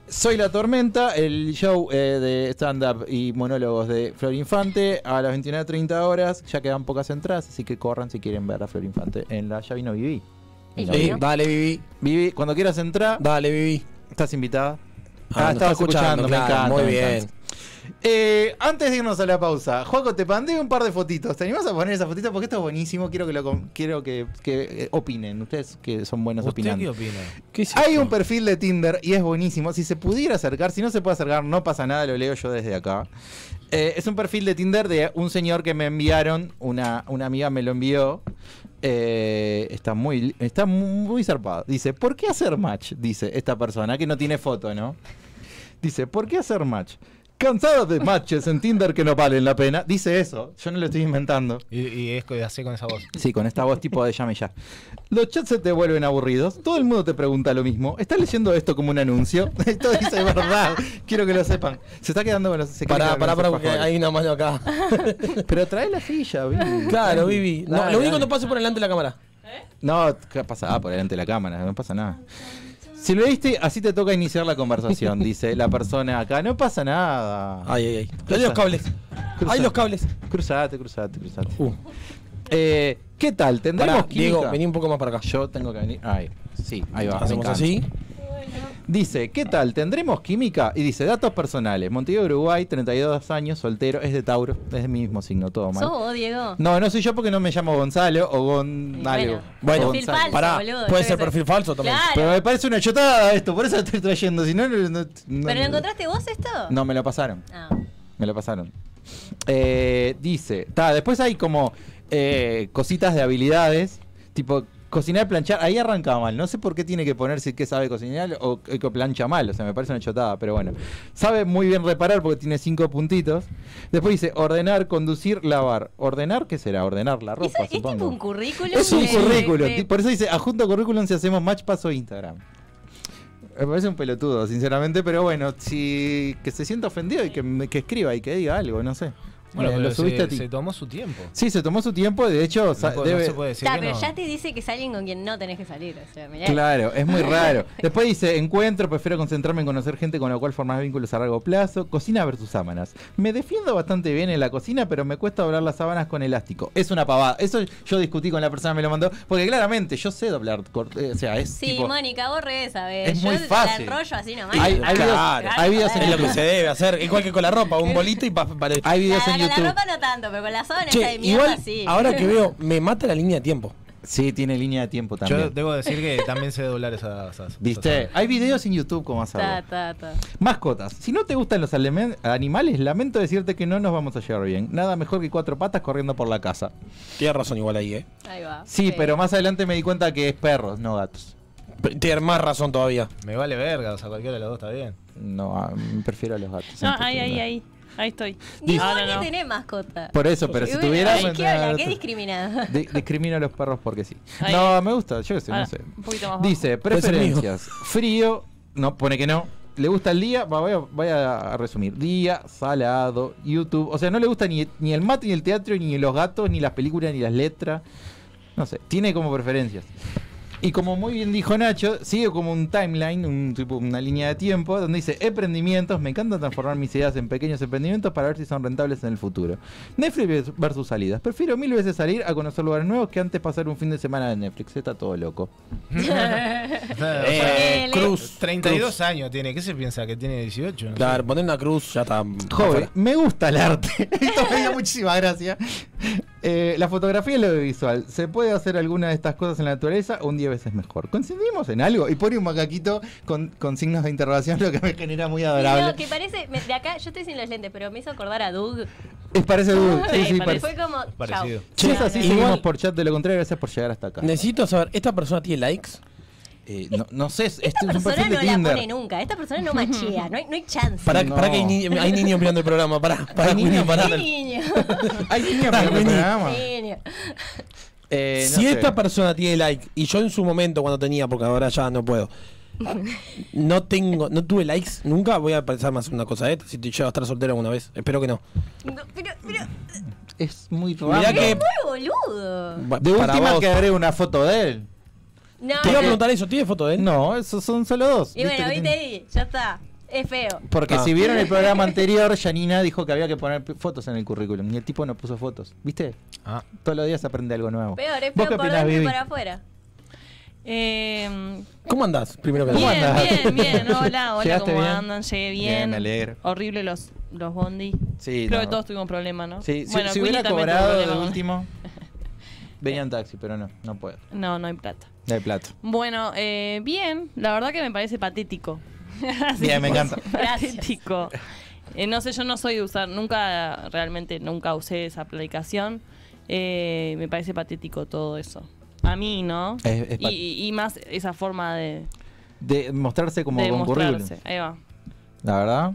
Speaker 2: Soy La Tormenta, el show eh, de stand-up y monólogos de Flor Infante a las 21 a 30 horas. Ya quedan pocas entradas, así que corran si quieren ver a Flor Infante en la Ya Vino Viví.
Speaker 3: Y
Speaker 2: No,
Speaker 3: lo
Speaker 5: Sí,
Speaker 3: vio.
Speaker 5: dale, Vivi.
Speaker 2: Viví, cuando quieras entrar,
Speaker 5: Dale, Vivi.
Speaker 2: estás invitada.
Speaker 5: Ah, nos está escuchando,
Speaker 2: me
Speaker 5: claro,
Speaker 2: encanta,
Speaker 5: muy
Speaker 2: me
Speaker 5: bien.
Speaker 2: encanta. Eh, antes de irnos a la pausa, Juaco, te pandé un par de fotitos. ¿Te animás a poner esas fotitos? Porque esto es buenísimo. Quiero que lo com- quiero que, que, eh, opinen. Ustedes que son buenos
Speaker 6: ¿Usted qué
Speaker 2: opinando.
Speaker 6: opina?
Speaker 5: ¿Qué es
Speaker 2: Hay
Speaker 5: esto?
Speaker 2: un perfil de Tinder y es buenísimo. Si se pudiera acercar, si no se puede acercar, no pasa nada, lo leo yo desde acá. Eh, es un perfil de Tinder de un señor que me enviaron, una, una amiga me lo envió. Eh, está muy está muy zarpado. Dice, ¿por qué hacer match? Dice esta persona que no tiene foto, ¿no? Dice, ¿por qué hacer match? Cansado de matches en Tinder que no valen la pena. Dice eso, yo no lo estoy inventando.
Speaker 6: Y, y es que así con esa voz.
Speaker 2: Sí, con esta voz tipo de llame ya. Los chats se te vuelven aburridos. Todo el mundo te pregunta lo mismo. ¿Estás leyendo esto como un anuncio? Esto dice verdad. Quiero que lo sepan. Se está quedando con los. se
Speaker 5: Pará,
Speaker 2: queda con
Speaker 5: pará,
Speaker 2: los
Speaker 5: pará, porque
Speaker 2: alfajores.
Speaker 5: hay una mano acá.
Speaker 2: Pero trae la silla, Vivi.
Speaker 5: Claro, Vivi. No,
Speaker 2: Dale,
Speaker 5: lo único
Speaker 2: dale.
Speaker 5: no pase por delante de la cámara.
Speaker 2: No, ca- pasa ah, por delante de la cámara, no pasa nada. Si lo leíste, así te toca iniciar la conversación, dice la persona acá. No pasa nada.
Speaker 5: Ay, ay, ay. Hay los cables. Hay los cables.
Speaker 2: Cruzate, cruzate, cruzate.
Speaker 5: Uh,
Speaker 2: Eh, ¿Qué tal? ¿Tendremos
Speaker 5: pará,
Speaker 2: química?
Speaker 5: Diego, vení un poco más para acá.
Speaker 2: Yo tengo que venir. Ahí. Sí, ahí va. me
Speaker 5: Hacemos
Speaker 2: encanta.
Speaker 5: así.
Speaker 2: Dice, ¿qué tal? ¿Tendremos química? Y dice, datos personales. Montevideo, Uruguay, 32 años, soltero, es de Tauro, es de mi mismo signo, todo
Speaker 3: ¿Sos
Speaker 2: mal.
Speaker 3: vos, Diego?
Speaker 2: No, no soy yo porque no me llamo Gonzalo o Gon...
Speaker 3: Y
Speaker 2: algo.
Speaker 5: bueno,
Speaker 2: O
Speaker 3: perfil
Speaker 2: Gonzalo.
Speaker 3: falso,
Speaker 5: Pará,
Speaker 3: boludo,
Speaker 5: puede
Speaker 3: yo
Speaker 5: ser
Speaker 3: qué sé.
Speaker 5: perfil falso también.
Speaker 3: Claro.
Speaker 2: Pero me parece una chotada esto, por eso lo estoy trayendo. Si no, no, no- no-
Speaker 3: ¿Pero lo encontraste vos esto?
Speaker 2: No, me lo pasaron.
Speaker 3: Ah.
Speaker 2: Me lo pasaron. Eh, dice, ta, después hay como eh, cositas de habilidades, tipo cocinar, planchar. Ahí arranca mal. No sé por qué tiene que ponerse que sabe cocinar o que que plancha mal. O sea, me parece una chotada, pero bueno. Sabe muy bien reparar porque tiene cinco puntitos. Después dice ordenar, conducir, lavar. ¿Ordenar qué será? Ordenar la
Speaker 3: ¿Y eso-
Speaker 2: ropa,
Speaker 3: ¿Es tipo
Speaker 2: supongo.
Speaker 3: un currículum?
Speaker 2: Es un
Speaker 3: de-
Speaker 2: currículum.
Speaker 3: de-
Speaker 2: Por eso dice, adjunto currículum si hacemos match, paso Instagram. Me parece un pelotudo, sinceramente, pero bueno, si que se sienta ofendido y que, me- que escriba y que diga algo, no sé.
Speaker 6: Bueno,
Speaker 2: Eh,
Speaker 6: pero
Speaker 2: lo subiste
Speaker 6: se,
Speaker 2: a ti.
Speaker 6: se tomó su tiempo.
Speaker 2: Sí, se tomó su tiempo, de hecho, sa-
Speaker 6: No, po- no
Speaker 2: debe-
Speaker 6: se puede decir
Speaker 3: Ta,
Speaker 6: que
Speaker 3: pero
Speaker 6: no.
Speaker 3: ya te dice que salen con quien no tenés que salir. O sea,
Speaker 5: Eh.
Speaker 3: mirá.
Speaker 2: Claro, es muy raro. Después dice, encuentro, prefiero concentrarme en conocer gente con la cual formar vínculos a largo plazo. Cocina versus sábanas. Me defiendo bastante bien en la cocina, pero me cuesta doblar las sábanas con elástico. Es una pavada. Eso yo discutí con la persona que me lo mandó, porque claramente yo sé doblar, cort- eh, o sea, es
Speaker 3: Sí,
Speaker 2: tipo...
Speaker 3: Mónica, vos re sabés.
Speaker 2: Es
Speaker 3: Yo
Speaker 2: muy fácil.
Speaker 3: la enrollo así nomás.
Speaker 2: Hay, hay videos,
Speaker 5: Claro.
Speaker 2: hay videos en
Speaker 5: Es lo que
Speaker 2: YouTube.
Speaker 5: se debe hacer, igual que con la ropa, un bolito y pa- para
Speaker 2: Hay
Speaker 3: La,
Speaker 2: videos en
Speaker 3: con la
Speaker 2: YouTube.
Speaker 3: ropa no tanto, pero con la zona esa
Speaker 5: Che,
Speaker 3: de mierda
Speaker 5: igual,
Speaker 3: sí.
Speaker 5: ahora que veo, me mata la línea de tiempo.
Speaker 2: Sí, tiene línea de tiempo
Speaker 6: Yo
Speaker 2: también.
Speaker 6: debo decir que también sé doblar esas. esas-
Speaker 2: ¿Viste?
Speaker 6: esas-
Speaker 2: Hay videos en YouTube como
Speaker 3: Ta,
Speaker 2: hacerlo.
Speaker 3: ta, ta.
Speaker 2: Mascotas. Si no te gustan los alemen- animales, lamento decirte que no nos vamos a llevar bien. Nada mejor que cuatro patas corriendo por la casa.
Speaker 5: Tienes razón igual ahí, eh.
Speaker 3: Ahí va.
Speaker 2: Sí, pero más adelante me di cuenta que es perros, no gatos.
Speaker 5: Pero Tienes más razón todavía.
Speaker 6: Me vale verga, o sea, cualquiera de los dos está bien.
Speaker 2: No, ah, prefiero a los gatos.
Speaker 7: No,
Speaker 2: antes
Speaker 7: ahí,
Speaker 2: que
Speaker 7: ahí,
Speaker 2: nada.
Speaker 7: ahí. Ahí estoy.
Speaker 3: Ni vos
Speaker 7: Ahora
Speaker 3: ni
Speaker 7: no.
Speaker 3: tenés mascota.
Speaker 2: Por eso, pero
Speaker 3: Y
Speaker 2: si
Speaker 3: bueno,
Speaker 2: tuviera...
Speaker 3: ay, ¿Qué hola? ¿Qué discriminado?
Speaker 2: Di- discrimino a los perros porque sí.
Speaker 7: Ahí. Ah.
Speaker 2: No, me gusta, yo qué sé,
Speaker 7: Ahora,
Speaker 2: no sé.
Speaker 7: un poquito más bajo.
Speaker 2: Dice,
Speaker 5: Puede ser mío.
Speaker 2: preferencias. Frío, no, pone que no. Le gusta el día, va, voy, a, voy a resumir. Día, salado, YouTube. O sea, no le gusta ni, ni el mate, ni el teatro, ni los gatos, ni las películas, ni las letras. No sé, tiene como preferencias. Y como muy bien dijo Nacho, sigue como un timeline, un tipo una línea de tiempo, donde dice emprendimientos, me encanta transformar mis ideas en pequeños emprendimientos para ver si son rentables en el futuro. Netflix versus salidas. Prefiero mil veces salir a conocer lugares nuevos que antes pasar un fin de semana de Netflix. Está todo loco.
Speaker 6: Eh, O sea,
Speaker 2: Eh,
Speaker 3: Ponele.
Speaker 5: Eh, cruz.
Speaker 6: 32
Speaker 5: cruz.
Speaker 6: años tiene, ¿qué se piensa? ¿Que tiene 18? No
Speaker 5: Claro, poner una cruz ya está.
Speaker 2: Joven,
Speaker 5: afuera.
Speaker 2: me gusta el arte. Esto me dio muchísima gracia. Eh, la fotografía y lo audiovisual. ¿Se puede hacer alguna de estas cosas en la naturaleza? Un día veces mejor. ¿Coincidimos en algo? Y pone un macaquito con, con signos de interrogación, lo que me genera muy
Speaker 3: No,
Speaker 2: adorable.
Speaker 3: que parece, me- de acá, yo estoy sin los lentes, pero me hizo acordar a Doug.
Speaker 2: Es parece dulce. Sí,
Speaker 3: Y
Speaker 2: sí,
Speaker 7: parece.
Speaker 3: Fue
Speaker 2: parece.
Speaker 3: como, chau.
Speaker 6: Parecido.
Speaker 2: Si es así,
Speaker 5: Igual-
Speaker 2: seguimos por chat. De lo contrario, gracias por llegar hasta acá.
Speaker 5: Necesito saber, ¿esta persona tiene likes?
Speaker 2: Eh, no, no sé, es,
Speaker 3: Esta
Speaker 2: es un
Speaker 3: persona
Speaker 2: perfil de
Speaker 3: no la pone
Speaker 2: Tinder.
Speaker 3: nunca, esta persona no machea, no hay, no hay chance.
Speaker 5: Para,
Speaker 2: No.
Speaker 5: para que hay, ni- hay niños mirando el programa, para, para,
Speaker 2: Hay niños
Speaker 5: para.
Speaker 3: Qué niño.
Speaker 2: Hay niña para el
Speaker 5: Vení.
Speaker 2: programa.
Speaker 3: Qué niño.
Speaker 2: Eh, no
Speaker 5: si
Speaker 2: sé.
Speaker 5: esta persona tiene like y yo en su momento cuando tenía, porque ahora ya no puedo, no tengo, no tuve likes nunca, voy a pensar más en una cosa de esta, si te llego a estar soltero alguna vez, espero que no.
Speaker 3: No, pero, pero,
Speaker 2: Es muy raro.
Speaker 5: Mirá que
Speaker 3: muy boludo.
Speaker 5: pa-
Speaker 2: De
Speaker 5: para
Speaker 2: última
Speaker 5: vos,
Speaker 2: que agregue una foto de él.
Speaker 3: No,
Speaker 5: te iba a preguntar eso, ¿tiene foto de él?
Speaker 2: No, esos son solo dos.
Speaker 3: y bueno,
Speaker 2: este que
Speaker 3: viste
Speaker 2: tiene-
Speaker 3: ahí, ya está. Es feo.
Speaker 2: Porque
Speaker 5: Ah.
Speaker 2: si vieron el programa anterior, Janina dijo que había que poner p- fotos en el currículum. Y el tipo no puso fotos. ¿Viste?
Speaker 6: Ah.
Speaker 2: Todos los días aprende algo nuevo.
Speaker 3: Peor, es
Speaker 2: ¿Vos qué
Speaker 3: feo por
Speaker 2: opinás,
Speaker 3: dentro y
Speaker 2: Vivi?
Speaker 3: para afuera.
Speaker 7: Eh,
Speaker 5: ¿Cómo andás? Primero que
Speaker 2: ¿Cómo
Speaker 5: nada.
Speaker 7: bien,
Speaker 2: andás?
Speaker 7: bien, bien. Hola, hola,
Speaker 2: ¿Llegaste
Speaker 7: ¿cómo
Speaker 2: bien?
Speaker 7: andan? Llegué bien.
Speaker 2: Bien, me alegro.
Speaker 7: Horrible los, los bondi.
Speaker 2: Sí,
Speaker 7: Creo
Speaker 2: no.
Speaker 7: que todos tuvimos problemas, ¿no?
Speaker 2: Sí, si- si,
Speaker 7: Cuñi
Speaker 2: hubiera
Speaker 7: también tuvo
Speaker 2: cobrado
Speaker 7: problemas
Speaker 2: de
Speaker 7: con-
Speaker 2: último, venía en taxi, pero no, no puedo.
Speaker 7: No, no hay plata.
Speaker 2: No hay plato.
Speaker 7: Bueno, eh, bien. La verdad que me parece patético.
Speaker 2: Bien, me encanta.
Speaker 3: Gracias.
Speaker 7: patético. Eh, no sé, yo no soy de usar, nunca, realmente nunca usé esa aplicación. Eh, me parece patético todo eso. A mí, ¿no?
Speaker 2: Es- es pat-
Speaker 7: y, y más esa forma de,
Speaker 2: De mostrarse como
Speaker 7: de
Speaker 2: con currículum.
Speaker 7: mostrarse. Ahí va.
Speaker 2: La verdad,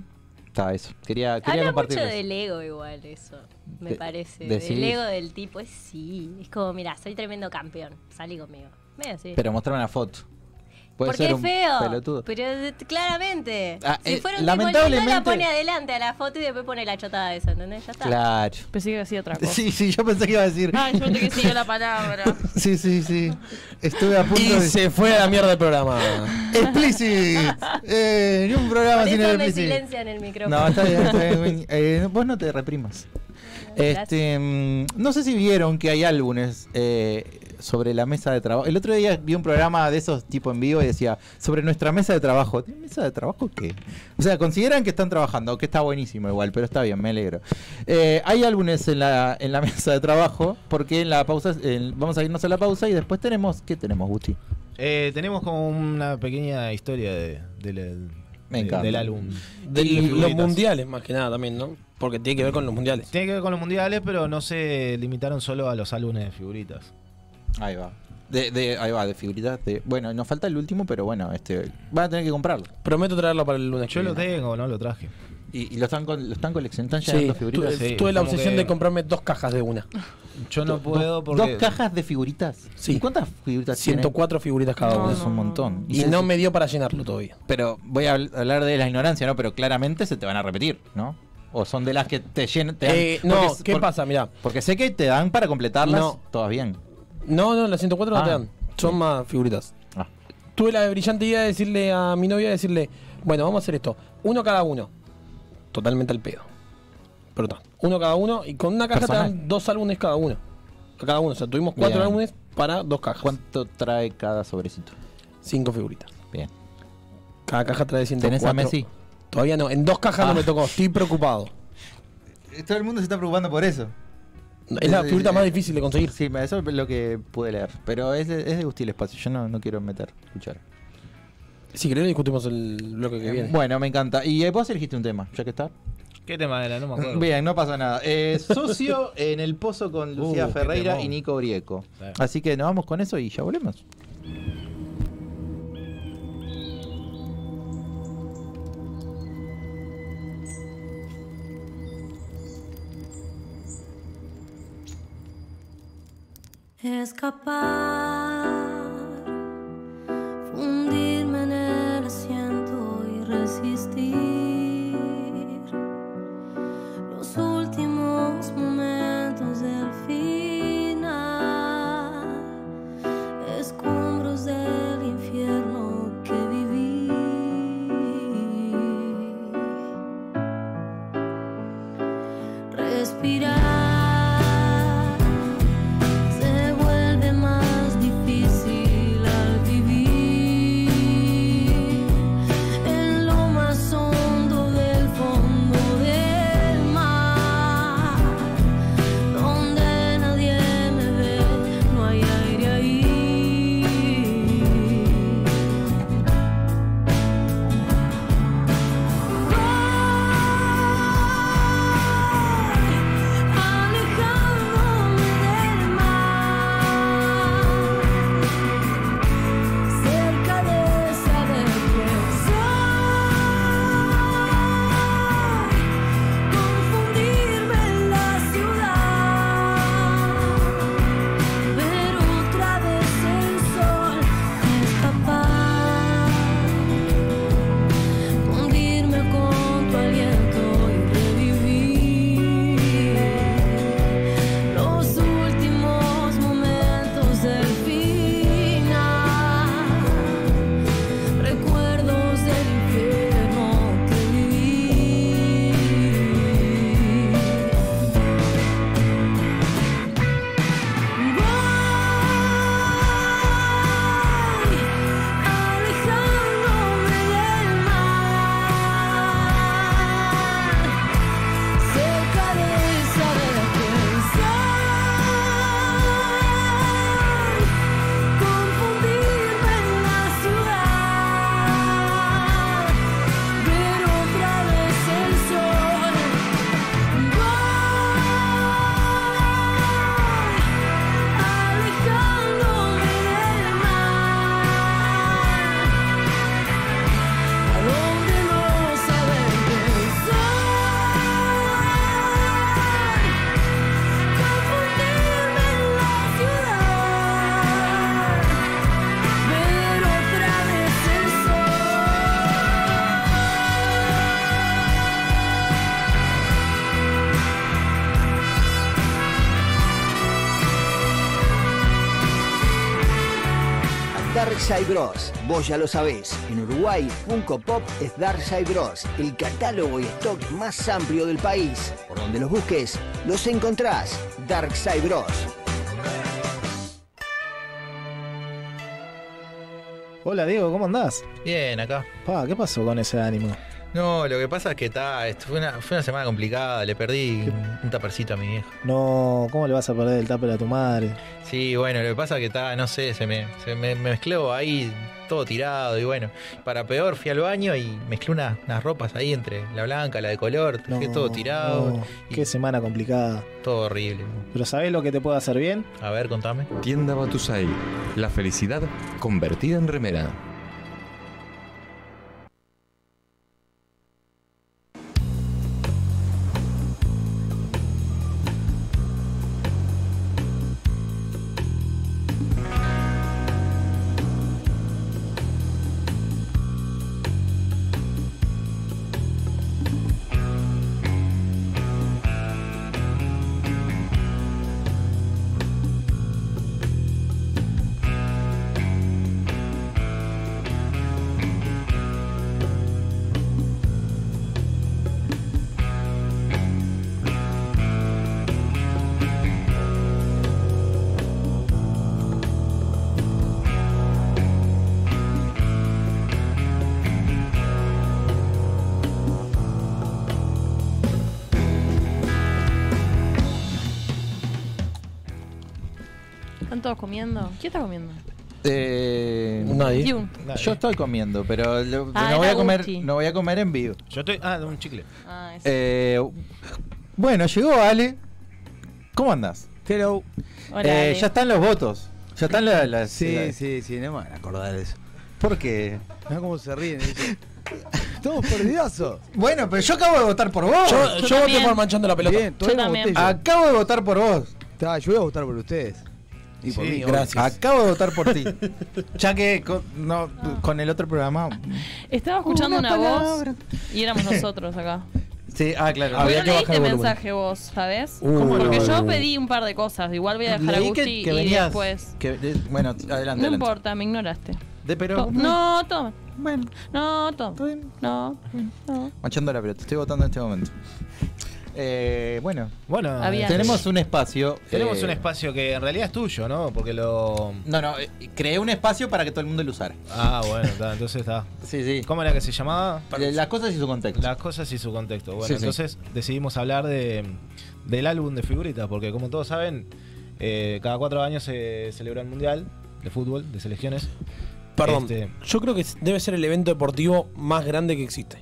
Speaker 2: está eso. Quería, quería
Speaker 3: Habla mucho
Speaker 2: compartir eso.
Speaker 3: del ego igual eso, me
Speaker 2: De-
Speaker 3: parece.
Speaker 2: decís.
Speaker 3: Del ego del tipo, es sí. Es como, mira, soy tremendo campeón, salí conmigo. Medio así.
Speaker 2: Pero mostrarme una foto. Puede
Speaker 3: Porque
Speaker 2: ser
Speaker 3: es
Speaker 2: un
Speaker 3: feo.
Speaker 2: pelotudo.
Speaker 3: Pero eh, claramente.
Speaker 2: Ah,
Speaker 3: si
Speaker 2: eh,
Speaker 3: fuera un
Speaker 2: lamentablemente-
Speaker 3: tipo lindo, la pone adelante a la foto y después pone la chotada esa, ¿entendés? Ya está.
Speaker 2: Claro.
Speaker 7: Pensé que hacía otra cosa.
Speaker 2: Sí, sí, yo pensé que iba a decir.
Speaker 7: Ay, Ah, yo te que siguió la palabra.
Speaker 2: Sí, sí, sí. Estuve a punto
Speaker 5: Y
Speaker 2: de.
Speaker 5: se fue a la mierda el programa.
Speaker 2: Explicit. Eh, ni un programa
Speaker 3: Por
Speaker 2: sin
Speaker 3: eso
Speaker 2: el
Speaker 3: me
Speaker 2: explicit.
Speaker 3: silencian el micrófono.
Speaker 2: No, está bien, está bien. Winnie. Eh, vos no te reprimas. Este, mm, no sé si vieron que hay álbumes eh, sobre la mesa de trabajo. El otro día vi un programa de esos tipo en vivo y decía sobre nuestra mesa de trabajo. ¿Tiene mesa de trabajo qué? O sea, consideran que están trabajando, que está buenísimo igual, pero está bien, me alegro. Eh, hay álbumes en la, en la mesa de trabajo porque en la pausa en- vamos a irnos a la pausa y después tenemos ¿qué tenemos, Guti?
Speaker 6: Eh, tenemos como una pequeña historia de, del-
Speaker 2: Me
Speaker 6: de-
Speaker 2: encanta.
Speaker 6: del álbum.
Speaker 5: De
Speaker 6: Y
Speaker 5: los
Speaker 6: figuritas.
Speaker 5: mundiales, más que nada también, ¿no? Porque tiene que ver con los mundiales.
Speaker 6: Tiene que ver con los mundiales, pero no se limitaron solo a los álbumes de figuritas.
Speaker 2: Ahí va. De, de- ahí va, de figuritas. De, bueno, nos falta el último, pero bueno, este van a tener que comprarlo.
Speaker 5: Prometo traerlo para el lunes.
Speaker 6: Yo
Speaker 5: que
Speaker 6: lo
Speaker 5: viene.
Speaker 6: tengo, no lo traje.
Speaker 2: Y, y lo están, con- lo están coleccionando, están
Speaker 5: Sí, eh,
Speaker 2: llenando
Speaker 5: tu-
Speaker 2: figuritas.
Speaker 6: sí,
Speaker 5: tuve la
Speaker 6: como
Speaker 5: obsesión
Speaker 6: que-
Speaker 5: de comprarme dos cajas de una.
Speaker 6: Yo no
Speaker 2: Do-
Speaker 6: puedo
Speaker 2: dos-
Speaker 6: porque.
Speaker 2: ¿Dos cajas de figuritas?
Speaker 5: Sí.
Speaker 2: ¿Y cuántas figuritas tiene?
Speaker 5: 104 figuritas cada
Speaker 7: No,
Speaker 5: una.
Speaker 2: Es un montón.
Speaker 5: Y
Speaker 2: se-
Speaker 5: no me dio para llenarlo todavía.
Speaker 2: Pero voy a habl- hablar de la ignorancia, ¿no? Pero claramente se te van a repetir, ¿no? O son de las que te llenan... te dan-
Speaker 5: Eh, no,
Speaker 2: porque-
Speaker 5: ¿qué
Speaker 2: por-
Speaker 5: pasa? Mirá.
Speaker 2: Porque sé que te dan para completarlas
Speaker 5: No.
Speaker 2: todas bien.
Speaker 5: No, no, las 104 no te
Speaker 2: Ah.
Speaker 5: dan. Son más figuritas.
Speaker 2: Ah.
Speaker 5: Tuve la brillante idea de decirle a mi novia, decirle, bueno, vamos a hacer esto. Uno cada uno. Totalmente al pedo. Pero está. Uno cada uno y con una caja te dan
Speaker 2: Personal.
Speaker 5: dos álbumes cada uno. A cada uno. O sea, tuvimos cuatro
Speaker 2: Bien.
Speaker 5: álbumes para dos cajas.
Speaker 2: ¿Cuánto trae cada sobrecito?
Speaker 5: Cinco figuritas.
Speaker 2: Bien.
Speaker 5: Cada caja trae 104.
Speaker 2: ¿Tenés a Messi?
Speaker 5: Todavía no. En dos cajas no
Speaker 2: Ah.
Speaker 5: me tocó. Estoy preocupado.
Speaker 2: Todo el mundo se está preocupando por eso.
Speaker 5: Es la
Speaker 2: Eh,
Speaker 5: figurita
Speaker 2: eh,
Speaker 5: más difícil de conseguir.
Speaker 2: Sí, eso es lo que pude leer. Pero es de, es de Gusti el espacio, yo no, no quiero meter, escuchar.
Speaker 5: Si querés, discutimos el bloque que viene.
Speaker 2: Bueno, me encanta. Y eh, vos elegiste un tema, ya que está.
Speaker 6: ¿Qué tema era? No me acuerdo.
Speaker 2: Bien, no pasa nada. Eh, socio en el pozo con Lucía
Speaker 6: Uh, qué
Speaker 2: Ferreira
Speaker 6: temón.
Speaker 2: y Nico Brieco.
Speaker 6: Claro.
Speaker 2: Así que nos vamos con eso y ya volvemos.
Speaker 1: Escapar, fundirme en el asiento y resistir los últimos momentos del final, escombros del infierno que viví. Respirar se vuelve más difícil al vivir en lo más hondo del fondo del mar, donde nadie me ve, no hay aire ahí. Alejándome del mar, cerca de saber que soy, confundirme en la ciudad, ver otra vez el sol, escapar. Hundirme con tu aliento y revivir los últimos momentos del final, recuerdos del infierno que viví. Voy alejándome del mar, cerca de saber quién soy, confundirme en la ciudad, ver otra vez el sol. Voy Alejándome del mar, a donde no saber quién soy, confundirme en la ciudad, ver otra vez el sol.
Speaker 8: Darkside Bros. Vos ya lo sabés. En Uruguay, Funko Pop es Darkside Bros. El catálogo y stock más amplio del país. Por donde los busques, los encontrás. Darkside Bros.
Speaker 9: Hola Diego, ¿cómo andás?
Speaker 6: Bien, acá.
Speaker 9: Pa, ¿qué pasó con ese ánimo?
Speaker 6: No, lo que pasa es que está. esto Fue una, fue una semana complicada. Le perdí un, un tapercito a mi vieja.
Speaker 9: No, ¿cómo le vas a perder el tupper a tu madre?
Speaker 6: Sí, bueno, lo que pasa es que está, no sé, se me, se me, me mezcló ahí todo tirado y bueno. Para peor fui al baño y mezclé unas, unas ropas ahí entre la blanca, la de color,
Speaker 9: No,
Speaker 6: dejé todo tirado,
Speaker 9: no,
Speaker 6: y-
Speaker 9: qué semana complicada.
Speaker 6: todo horrible.
Speaker 9: Pero ¿sabés lo que te puede hacer bien?
Speaker 6: A ver, contame.
Speaker 10: Tienda Batusai. La felicidad convertida en remera.
Speaker 7: todos comiendo? ¿Quién está comiendo?
Speaker 2: Eh,
Speaker 5: Nadie.
Speaker 7: Yun.
Speaker 2: Yo estoy comiendo, pero lo-
Speaker 7: Ah,
Speaker 2: no, voy
Speaker 7: era
Speaker 2: a comer,
Speaker 7: Gucci.
Speaker 2: no voy a comer en vivo.
Speaker 6: Yo estoy. Ah, de un chicle.
Speaker 7: Ah, es-
Speaker 2: Eh, bueno, llegó Ale. ¿Cómo andás?
Speaker 11: Hello.
Speaker 7: Hola,
Speaker 2: Eh,
Speaker 7: Ale.
Speaker 2: ya están los votos. Ya están las. las-
Speaker 11: Sí,
Speaker 2: las-
Speaker 11: sí, sí, no me van a acordar de eso.
Speaker 2: ¿Por qué?
Speaker 11: Mirá cómo se ríen. dice, Estamos perdidosos.
Speaker 2: Bueno, pero yo acabo de votar por vos.
Speaker 5: Yo, yo voté
Speaker 7: también.
Speaker 5: por manchando la pelota.
Speaker 11: Bien, todavía
Speaker 7: Yo
Speaker 11: no voté
Speaker 7: también.
Speaker 11: yo.
Speaker 2: Acabo de votar por vos.
Speaker 11: Está, yo voy a votar por ustedes. Y por
Speaker 6: Sí,
Speaker 11: mí.
Speaker 5: Gracias.
Speaker 2: Acabo de votar por ti. ya que con, no, con el otro programa.
Speaker 7: Estaba escuchando
Speaker 2: Una
Speaker 7: una,
Speaker 2: palabra.
Speaker 7: voz y éramos nosotros acá.
Speaker 2: Sí, ah, claro.
Speaker 5: Había
Speaker 7: Hoy
Speaker 5: que
Speaker 7: no
Speaker 5: bajar
Speaker 7: leíste
Speaker 5: el volumen.
Speaker 7: este mensaje vos, ¿sabes?
Speaker 5: ¿Cómo
Speaker 7: Porque
Speaker 5: no?
Speaker 7: yo pedí un par de cosas. Igual voy a dejar a
Speaker 2: Leí
Speaker 7: Gucci y después.
Speaker 2: que- eh, bueno, adelante.
Speaker 7: No
Speaker 2: adelante.
Speaker 7: importa, me ignoraste.
Speaker 2: De- pero,
Speaker 7: No, toma.
Speaker 2: Bueno,
Speaker 7: No, toma.
Speaker 2: está bien.
Speaker 7: No, no.
Speaker 2: Manchando la pelota, estoy votando en este momento. Eh, bueno,
Speaker 6: Bueno,
Speaker 7: Había-
Speaker 6: este,
Speaker 2: tenemos un espacio.
Speaker 6: tenemos
Speaker 2: eh,
Speaker 6: un espacio que en realidad es tuyo, ¿no? Porque lo.
Speaker 2: No, no, eh, creé un espacio para que todo el mundo lo usara.
Speaker 6: Ah, bueno, está, entonces está.
Speaker 2: Sí, sí.
Speaker 6: ¿Cómo era que se llamaba?
Speaker 2: Eh, Las cosas y su contexto.
Speaker 6: Las cosas y su contexto. Bueno,
Speaker 2: Sí, sí.
Speaker 6: entonces decidimos hablar de, del álbum de figuritas, porque como todos saben, eh, cada cuatro años se celebra el Mundial de Fútbol, de selecciones.
Speaker 5: Perdón.
Speaker 6: Este-
Speaker 5: Yo creo que es- debe ser el evento deportivo más grande que existe.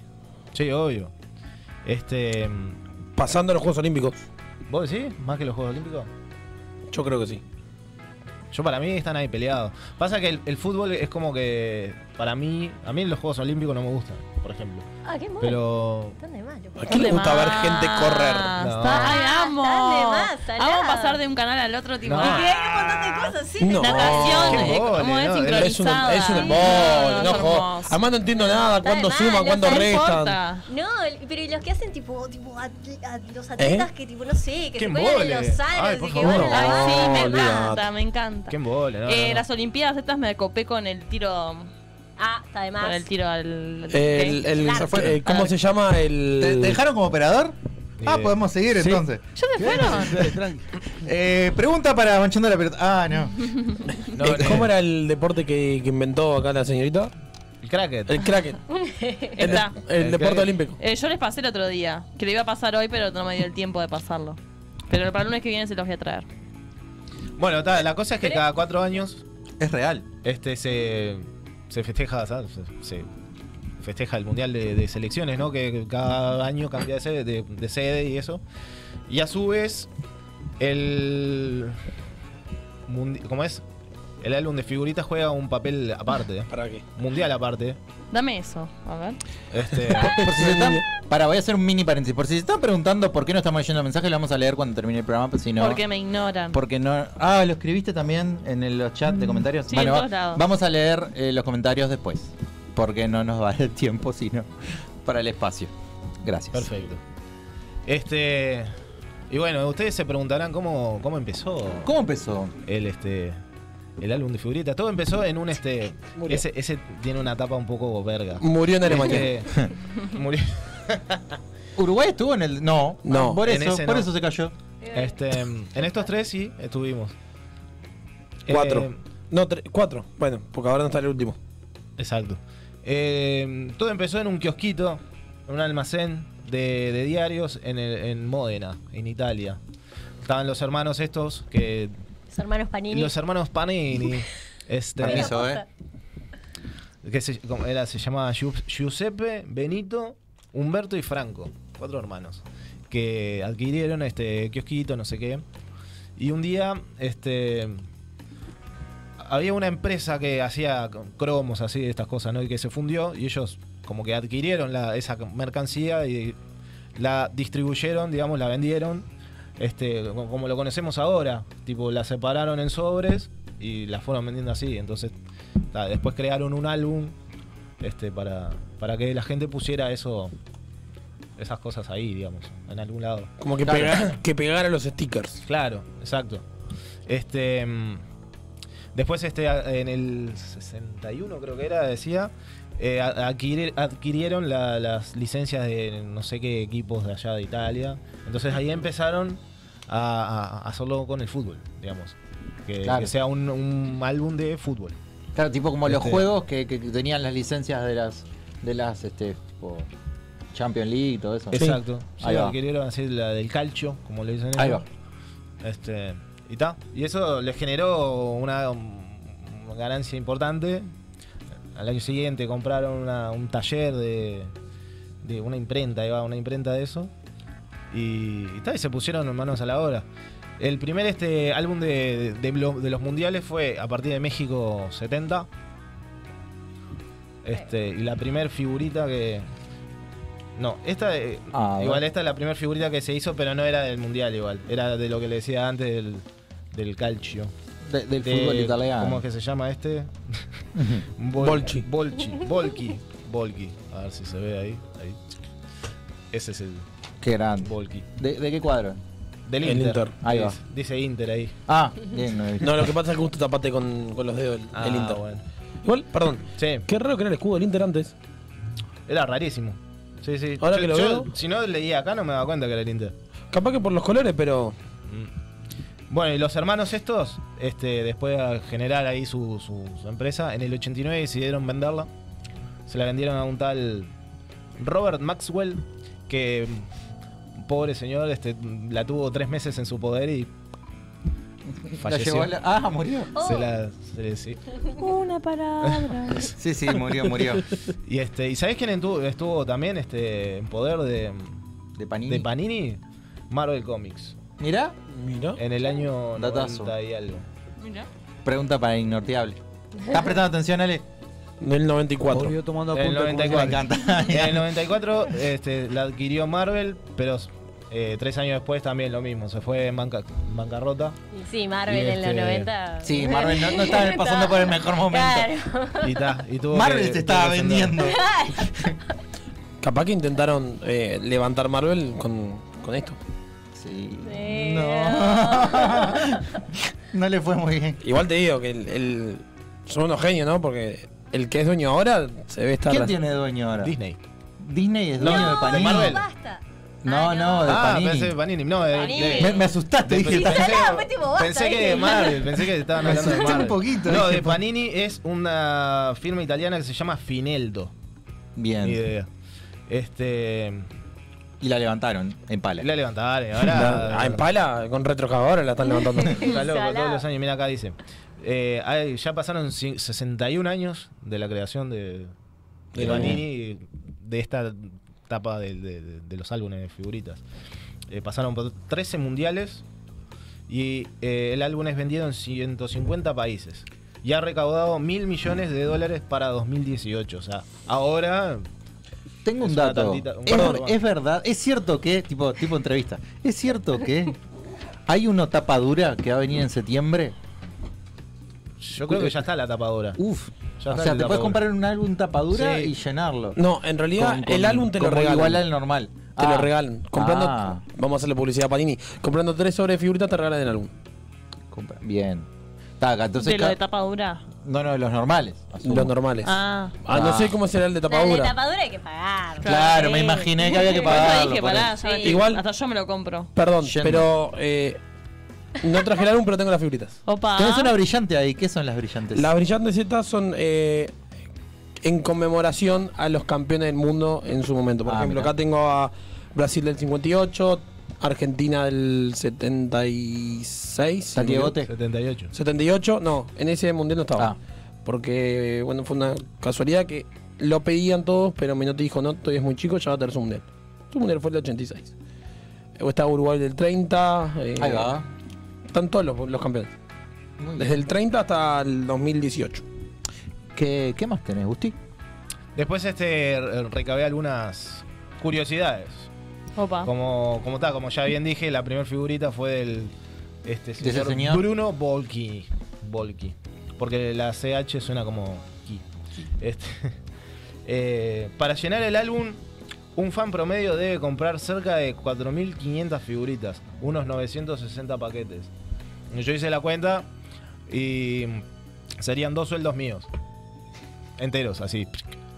Speaker 6: Sí, obvio. Este,
Speaker 5: Pasando los Juegos Olímpicos.
Speaker 6: ¿Vos decís? ¿Más que los Juegos Olímpicos?
Speaker 5: Yo creo que sí.
Speaker 6: Yo para mí están ahí peleados. Pasa que el, el fútbol es como que, para mí, a mí los Juegos Olímpicos no me gustan, por ejemplo.
Speaker 3: Ah, qué malo.
Speaker 6: Pero
Speaker 3: Están de malo.
Speaker 5: ¿A quién le gusta ver gente correr?
Speaker 6: No.
Speaker 7: Ay, amo.
Speaker 3: Están de más, salá.
Speaker 7: Vamos a pasar de un canal al otro tipo.
Speaker 6: No.
Speaker 3: Que hay un montón de cosas, sí.
Speaker 5: No.
Speaker 7: Natación,
Speaker 6: Qué
Speaker 7: eh, como
Speaker 6: embole,
Speaker 7: es
Speaker 6: no,
Speaker 7: sincronizada.
Speaker 5: Es un, es un embole,
Speaker 7: No,
Speaker 5: no,
Speaker 7: es
Speaker 5: jodas.
Speaker 7: hermoso.
Speaker 5: Además no entiendo nada, cuándo
Speaker 3: de
Speaker 5: suman,
Speaker 3: mal,
Speaker 5: cuándo
Speaker 3: no
Speaker 7: No
Speaker 5: restan.
Speaker 7: importa.
Speaker 3: No, el- pero y los que hacen tipo, tipo atle- a- los atletas que tipo, no sé, que
Speaker 6: ¡Qué
Speaker 3: se cuelgan
Speaker 6: embole!
Speaker 3: de los
Speaker 6: Ay,
Speaker 3: aros
Speaker 6: por
Speaker 3: y que
Speaker 6: favor.
Speaker 3: van a la
Speaker 7: Ay, sí, me
Speaker 5: No,
Speaker 7: encanta,
Speaker 5: olvidate.
Speaker 7: me encanta.
Speaker 6: qué embole, no,
Speaker 7: Eh,
Speaker 6: no, no.
Speaker 7: Las Olimpiadas estas me copé con el tiro.
Speaker 3: Ah, está de más.
Speaker 7: Con el tiro al.
Speaker 5: El, el-
Speaker 3: Claro.
Speaker 5: eh, ¿Cómo se llama? El,
Speaker 2: ¿Te, te dejaron como operador? Ah,
Speaker 6: Eh,
Speaker 2: podemos seguir entonces.
Speaker 7: ¿Ya se fueron?
Speaker 2: Eh, pregunta para Manchando la pelota. Ah, no.
Speaker 5: eh, ¿Cómo era el deporte que, que inventó acá la señorita?
Speaker 6: El cracket.
Speaker 5: El cracket. El, de-
Speaker 7: Está.
Speaker 5: el
Speaker 6: El
Speaker 5: deporte
Speaker 6: cracket.
Speaker 5: olímpico.
Speaker 7: Eh, yo les pasé el otro día. Que le iba a pasar hoy, pero no me dio el tiempo de pasarlo. Pero para el lunes que viene se los voy a traer.
Speaker 6: Bueno, ta, la cosa es que cada cuatro años
Speaker 2: Es real.
Speaker 6: este se, se festeja, ¿sabes? Se, se festeja el Mundial de, de Selecciones, ¿no? Que cada año cambia de sede, de- de sede y eso. Y a su vez, el. mundi- ¿Cómo es? El álbum de figuritas juega un papel aparte,
Speaker 5: ¿Para qué?
Speaker 6: mundial aparte.
Speaker 7: Dame eso. A ver.
Speaker 6: Este,
Speaker 2: Por si se están- para, voy a hacer un mini paréntesis. Por si se están preguntando por qué no estamos leyendo mensajes, lo vamos a leer cuando termine el programa. pero si no,
Speaker 7: Porque me ignoran.
Speaker 2: Porque no. Ah, lo escribiste también en el- los chats de comentarios.
Speaker 7: Mm, Sí,
Speaker 2: bueno,
Speaker 7: en
Speaker 2: va-
Speaker 7: todos lados.
Speaker 2: vamos a leer eh, los comentarios después. Porque no nos va el tiempo, sino para el espacio. Gracias.
Speaker 6: perfecto. Este. Y bueno, ustedes se preguntarán cómo, cómo empezó.
Speaker 2: ¿Cómo empezó?
Speaker 6: el este el álbum de figuritas. Todo empezó en un este
Speaker 5: Murió.
Speaker 6: ese, ese tiene una tapa un poco verga.
Speaker 5: Murió en Alemania.
Speaker 6: Este, murió.
Speaker 2: Uruguay estuvo en el. No.
Speaker 5: No,
Speaker 2: Por
Speaker 6: en
Speaker 2: eso,
Speaker 6: ese
Speaker 2: por
Speaker 6: no.
Speaker 2: eso se cayó.
Speaker 6: Este, en estos tres sí estuvimos.
Speaker 5: Cuatro.
Speaker 6: Eh,
Speaker 5: No, tre- cuatro. Bueno, porque ahora no está el último.
Speaker 6: exacto. Eh, todo empezó en un kiosquito, en un almacén de, de diarios en, el- en Módena, en Italia. Estaban los hermanos estos que
Speaker 3: Los hermanos Panini.
Speaker 6: los hermanos Panini. Este,
Speaker 2: Permiso, eh.
Speaker 6: que se, como era, se llamaba Giu- Giuseppe, Benito, Humberto y Franco, cuatro hermanos, que adquirieron este kiosquito, no sé qué. Y un día, este. Había una empresa que hacía cromos así de estas cosas, ¿no? Y que se fundió y ellos como que adquirieron la- esa mercancía y la distribuyeron, digamos, la vendieron, este, co- como lo conocemos ahora, tipo la separaron en sobres y la fueron vendiendo así, entonces ta, después crearon un álbum este, para, para que la gente pusiera eso, esas cosas ahí, digamos, en algún lado.
Speaker 5: Como que, pega- que pegara los stickers.
Speaker 6: Claro, exacto. Este. mm, Después, este, a- en el 61, creo que era, decía. eh, a- adquirir- adquirieron la- las licencias de no sé qué equipos de allá de Italia. Entonces ahí empezaron a, a- a hacerlo con el fútbol, digamos. Que,
Speaker 2: Claro.
Speaker 6: que sea un, un álbum de fútbol.
Speaker 2: Claro, tipo como los
Speaker 6: Este-
Speaker 2: juegos que, que tenían las licencias de las. De las este, tipo, Champions League y todo eso.
Speaker 6: Exacto. Sí,
Speaker 2: Ahí va.
Speaker 6: adquirieron así la del calcio, como le dicen
Speaker 2: Ahí
Speaker 6: ellos.
Speaker 2: va.
Speaker 6: Este, Y, ta. y eso le generó una, una ganancia importante. Al año siguiente compraron una- un taller de, de una imprenta, ahí va, una imprenta de eso. Y, y ta, y se pusieron manos a la obra. El primer este álbum de, de blo- de los mundiales fue a partir de México 70. Este, y la primer figurita que. No, esta. eh,
Speaker 2: Ah,
Speaker 6: igual
Speaker 2: bueno.
Speaker 6: esta es la primera figurita que se hizo, pero no era del mundial igual. Era de lo que le decía antes del, del calcio.
Speaker 2: De- del
Speaker 6: De-
Speaker 2: fútbol italiano.
Speaker 6: ¿Cómo es que se llama este? Bol-
Speaker 5: Bolchi.
Speaker 6: Bolchi. Bolki. Bolki. A ver si se ve ahí. ahí. Ese es el.
Speaker 2: Qué grande.
Speaker 6: Volki.
Speaker 2: ¿De, de qué cuadro?
Speaker 6: Del
Speaker 5: El
Speaker 6: Inter.
Speaker 5: Inter.
Speaker 2: Ahí va.
Speaker 6: Dice, dice Inter ahí.
Speaker 2: Ah, bien. lo dije.
Speaker 5: No, lo que pasa es que justo tapaste con, con los dedos el,
Speaker 6: Ah,
Speaker 5: el Inter.
Speaker 6: bueno.
Speaker 5: Igual, perdón.
Speaker 6: Sí.
Speaker 5: Qué raro que era el escudo del Inter antes.
Speaker 6: Era rarísimo. Sí, sí.
Speaker 5: Ahora
Speaker 6: Yo-
Speaker 5: que lo
Speaker 6: yo,
Speaker 5: veo-
Speaker 6: Si no leía acá, no me daba cuenta que era el Inter.
Speaker 5: Capaz que por los colores, pero.
Speaker 6: Bueno, y los hermanos estos, este, después de generar ahí su, su- su empresa, en el 89 decidieron venderla. Se la vendieron a un tal Robert Maxwell, que mm, pobre señor, este, la tuvo tres meses en su poder y
Speaker 2: La
Speaker 6: falleció.
Speaker 2: llevó a la- Oh. Ah, murió.
Speaker 6: Se la, se le- sí.
Speaker 7: Una palabra.
Speaker 2: Sí, sí, murió, murió.
Speaker 6: Y este, ¿y sabés quién estuvo, estuvo también este, en poder de,
Speaker 2: De Panini.
Speaker 6: de Panini? Marvel Comics.
Speaker 2: Mirá,
Speaker 5: Mirá.
Speaker 6: En el año
Speaker 2: Datazo.
Speaker 6: 90 y algo.
Speaker 7: Mira.
Speaker 2: pregunta para Ignorteable. ¿Estás prestando atención, Ale?
Speaker 5: Del 94.
Speaker 11: Volvió tomando
Speaker 6: En el
Speaker 11: apuntes como
Speaker 6: 94.
Speaker 11: siempre.
Speaker 6: En el 94 este, la adquirió Marvel, pero eh, tres años después también lo mismo. Se fue en banca- bancarrota.
Speaker 3: Y Sí, Marvel
Speaker 6: Y
Speaker 3: en los
Speaker 6: este-
Speaker 3: 90.
Speaker 2: Sí, Marvel no, no estaba pasando por el mejor momento.
Speaker 3: Claro.
Speaker 6: Y, ta, y tuvo
Speaker 2: Marvel
Speaker 6: que-
Speaker 2: te estaba
Speaker 6: tuvo que ascender.
Speaker 2: vendiendo.
Speaker 5: Capaz que intentaron eh, levantar Marvel con, con esto.
Speaker 2: Sí.
Speaker 3: Sí.
Speaker 2: No. No le fue muy bien.
Speaker 5: Igual te digo que el, el- son unos genios, ¿no? Porque el que es dueño ahora se ve estar.
Speaker 2: ¿Quién tiene dueño ahora?
Speaker 6: Disney.
Speaker 2: Disney es dueño de Panini.
Speaker 6: Marvel.
Speaker 3: basta.
Speaker 2: No,
Speaker 3: Ah,
Speaker 2: no, de
Speaker 6: Ah,
Speaker 2: Panini.
Speaker 6: pensé de Panini. No, de,
Speaker 3: Panini.
Speaker 6: de-
Speaker 2: Me, me asustaste, dije.
Speaker 3: Sí,
Speaker 2: "Está-
Speaker 3: no, no, fue tipo, basta,
Speaker 6: pensé que
Speaker 3: ¿viste?
Speaker 6: de Marvel, pensé que estaban
Speaker 2: Me
Speaker 6: hablando de
Speaker 2: asusté un
Speaker 6: Marvel.
Speaker 2: poquito,
Speaker 6: No,
Speaker 2: dije,
Speaker 6: de Panini es una firma italiana que se llama Fineldo. Ni
Speaker 2: Bien.
Speaker 6: idea. Este.
Speaker 2: Y la levantaron en pala.
Speaker 6: La levantaré, ahora.
Speaker 5: Ah, en pala, con retrocavadora la están levantando.
Speaker 6: Está loco,
Speaker 3: Salado.
Speaker 6: todos los años. Mira acá dice. eh, hay- ya pasaron ci- 61 años de la creación de, de
Speaker 5: Del
Speaker 6: Panini, de esta etapa de, de- de- de los álbumes de figuritas. Eh, pasaron por 13 mundiales y eh, el álbum es vendido en 150 países. Y ha recaudado mil millones de dólares para 2018. O sea, ahora.
Speaker 2: Tengo un
Speaker 6: Es una
Speaker 2: dato.
Speaker 6: tantita- un
Speaker 2: es,
Speaker 6: dato
Speaker 2: ver-
Speaker 6: más.
Speaker 2: es verdad, es cierto que, tipo, tipo entrevista, es cierto que hay una tapa dura que va a venir en septiembre.
Speaker 6: Yo creo que ya está la tapadora.
Speaker 2: Uf,
Speaker 6: Ya
Speaker 2: o
Speaker 6: está
Speaker 2: sea,
Speaker 6: el
Speaker 2: te puedes
Speaker 6: tapa
Speaker 2: comprar un álbum tapa dura
Speaker 6: Sí.
Speaker 2: y llenarlo.
Speaker 5: No, en realidad
Speaker 2: Con-
Speaker 5: el
Speaker 2: con-
Speaker 5: álbum te lo
Speaker 2: como
Speaker 5: regalan.
Speaker 2: Igual al normal.
Speaker 5: Te lo regalan. Comprando.
Speaker 2: Ah.
Speaker 5: Vamos a hacerle publicidad a Panini. Comprando tres sobres de figuritas te regalan el álbum.
Speaker 2: Compra- Bien. Taca, entonces
Speaker 7: de lo
Speaker 2: ca-
Speaker 7: de tapa dura.
Speaker 2: No, no, los normales. asumo.
Speaker 5: Los normales. Ah,
Speaker 7: Ah.
Speaker 5: no sé cómo será el de
Speaker 3: La de
Speaker 5: tapadura.
Speaker 3: tapadura hay que pagar.
Speaker 2: Claro, me
Speaker 7: Sí.
Speaker 2: imaginé que había que
Speaker 7: Por eso
Speaker 2: pagarlo,
Speaker 7: dije,
Speaker 2: por
Speaker 7: pará,
Speaker 3: eso.
Speaker 7: ya me-
Speaker 5: Igual-
Speaker 7: Hasta yo me lo compro.
Speaker 5: Perdón,
Speaker 2: Yendo.
Speaker 5: pero. eh, no traje el álbum, pero tengo las figuritas.
Speaker 7: Opa.
Speaker 2: Tenés una brillante ahí. ¿Qué son las brillantes?
Speaker 5: Las brillantes estas son. eh, en conmemoración a los campeones del mundo en su momento. Por
Speaker 2: Ah,
Speaker 5: ejemplo,
Speaker 2: mirá.
Speaker 5: acá tengo a Brasil del 58, Argentina del 76. si no me equivoco.
Speaker 2: Santiagote.
Speaker 6: 78.
Speaker 5: 78, no, en ese mundial no estaba.
Speaker 2: Ah.
Speaker 5: Porque, bueno, fue una casualidad que lo pedían todos, pero Menotti dijo, no, todavía es muy chico, ya va a tener su mundial. Su mundial fue el 86. O Eh, estaba Uruguay del 30. eh,
Speaker 2: Ahí va.
Speaker 5: Están todos los, los campeones.
Speaker 2: Muy
Speaker 5: Desde el 30 hasta el 2018.
Speaker 2: ¿Qué, qué más tenés, Gusti?
Speaker 6: Después este re- recabé algunas curiosidades.
Speaker 7: Opa.
Speaker 6: Como como tal, como ya bien dije, la primera figurita fue del este
Speaker 2: ese
Speaker 6: señor,
Speaker 2: señor?
Speaker 6: Bruno Volki, Volki, porque la CH suena como ki. Este, eh, para llenar el álbum un fan promedio debe comprar cerca de 4.500 figuritas, unos 960 paquetes. Yo hice la cuenta y serían dos sueldos míos. Enteros, así.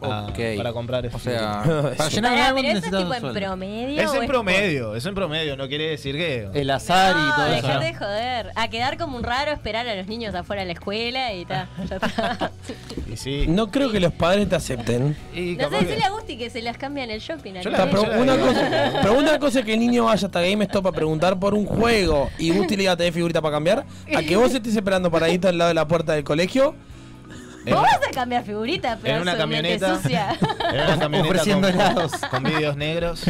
Speaker 6: a-
Speaker 2: Ok.
Speaker 6: para comprar este
Speaker 2: O
Speaker 6: esas
Speaker 2: sea,
Speaker 6: figuritas.
Speaker 2: para llenar un
Speaker 3: Pará,
Speaker 2: álbum
Speaker 3: pero eso es
Speaker 2: necesitas
Speaker 3: tipo
Speaker 2: un
Speaker 3: en
Speaker 2: sueldo.
Speaker 3: promedio.
Speaker 6: es
Speaker 3: o
Speaker 6: en promedio, es en promedio, no quiere decir que.
Speaker 2: El azar y todo
Speaker 3: no,
Speaker 2: eso. ¿no?
Speaker 3: dejate de joder. A quedar como un raro, esperar a los niños afuera de la escuela y ta. Ya está.
Speaker 6: y
Speaker 5: No creo que los padres te acepten.
Speaker 3: No sé, decirle a Gusti que se las cambian el shopping. al
Speaker 5: Pero,
Speaker 3: nene.
Speaker 5: una cosa, pero una cosa es que el niño vaya hasta GameStop a preguntar por un juego y Gusti le diga, ¿tenés figurita para cambiar? A que vos estés esperando paradito al lado de la puerta del colegio.
Speaker 3: Vos vas a cambiar figurita, pero
Speaker 5: en una
Speaker 3: eso, mente
Speaker 5: camioneta.
Speaker 3: sucia.
Speaker 6: Era una camioneta
Speaker 5: Ofreciendo
Speaker 6: con,
Speaker 5: helados.
Speaker 6: con vídeos negros.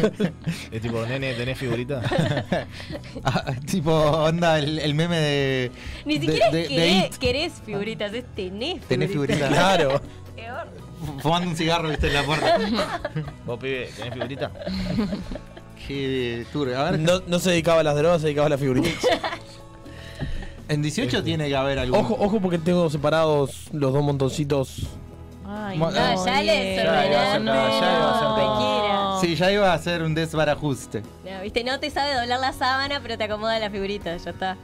Speaker 6: Es tipo, nene, ¿tenés figurita?
Speaker 2: Ah, tipo, onda, el, el meme de.
Speaker 3: Ni
Speaker 2: de-
Speaker 3: siquiera
Speaker 2: de-
Speaker 3: es
Speaker 2: de
Speaker 3: querés,
Speaker 2: It.
Speaker 3: querés figuritas, es tenés
Speaker 2: Tenés
Speaker 3: figuritas.
Speaker 2: figuritas. Fumando un cigarro, viste, en la puerta.
Speaker 6: Vos, pibe, ¿tenés figurita?
Speaker 2: Qué turbio. A ver,
Speaker 5: No, no se dedicaba a las drogas, se dedicaba a las figuritas.
Speaker 2: en 18 tiene que haber algún.
Speaker 5: Ojo, ojo porque tengo separados los dos montoncitos.
Speaker 7: Ay,
Speaker 2: Mo-
Speaker 7: no,
Speaker 2: Ah,
Speaker 3: ya les
Speaker 7: Diego.
Speaker 3: ordenaron.
Speaker 2: iba a ser todo, ya iba a ser todo.
Speaker 3: Cualquiera.
Speaker 2: Sí, ya iba a hacer un desbarajuste.
Speaker 3: No, viste, no te sabe doblar la sábana, pero te acomoda la figurita, ya está.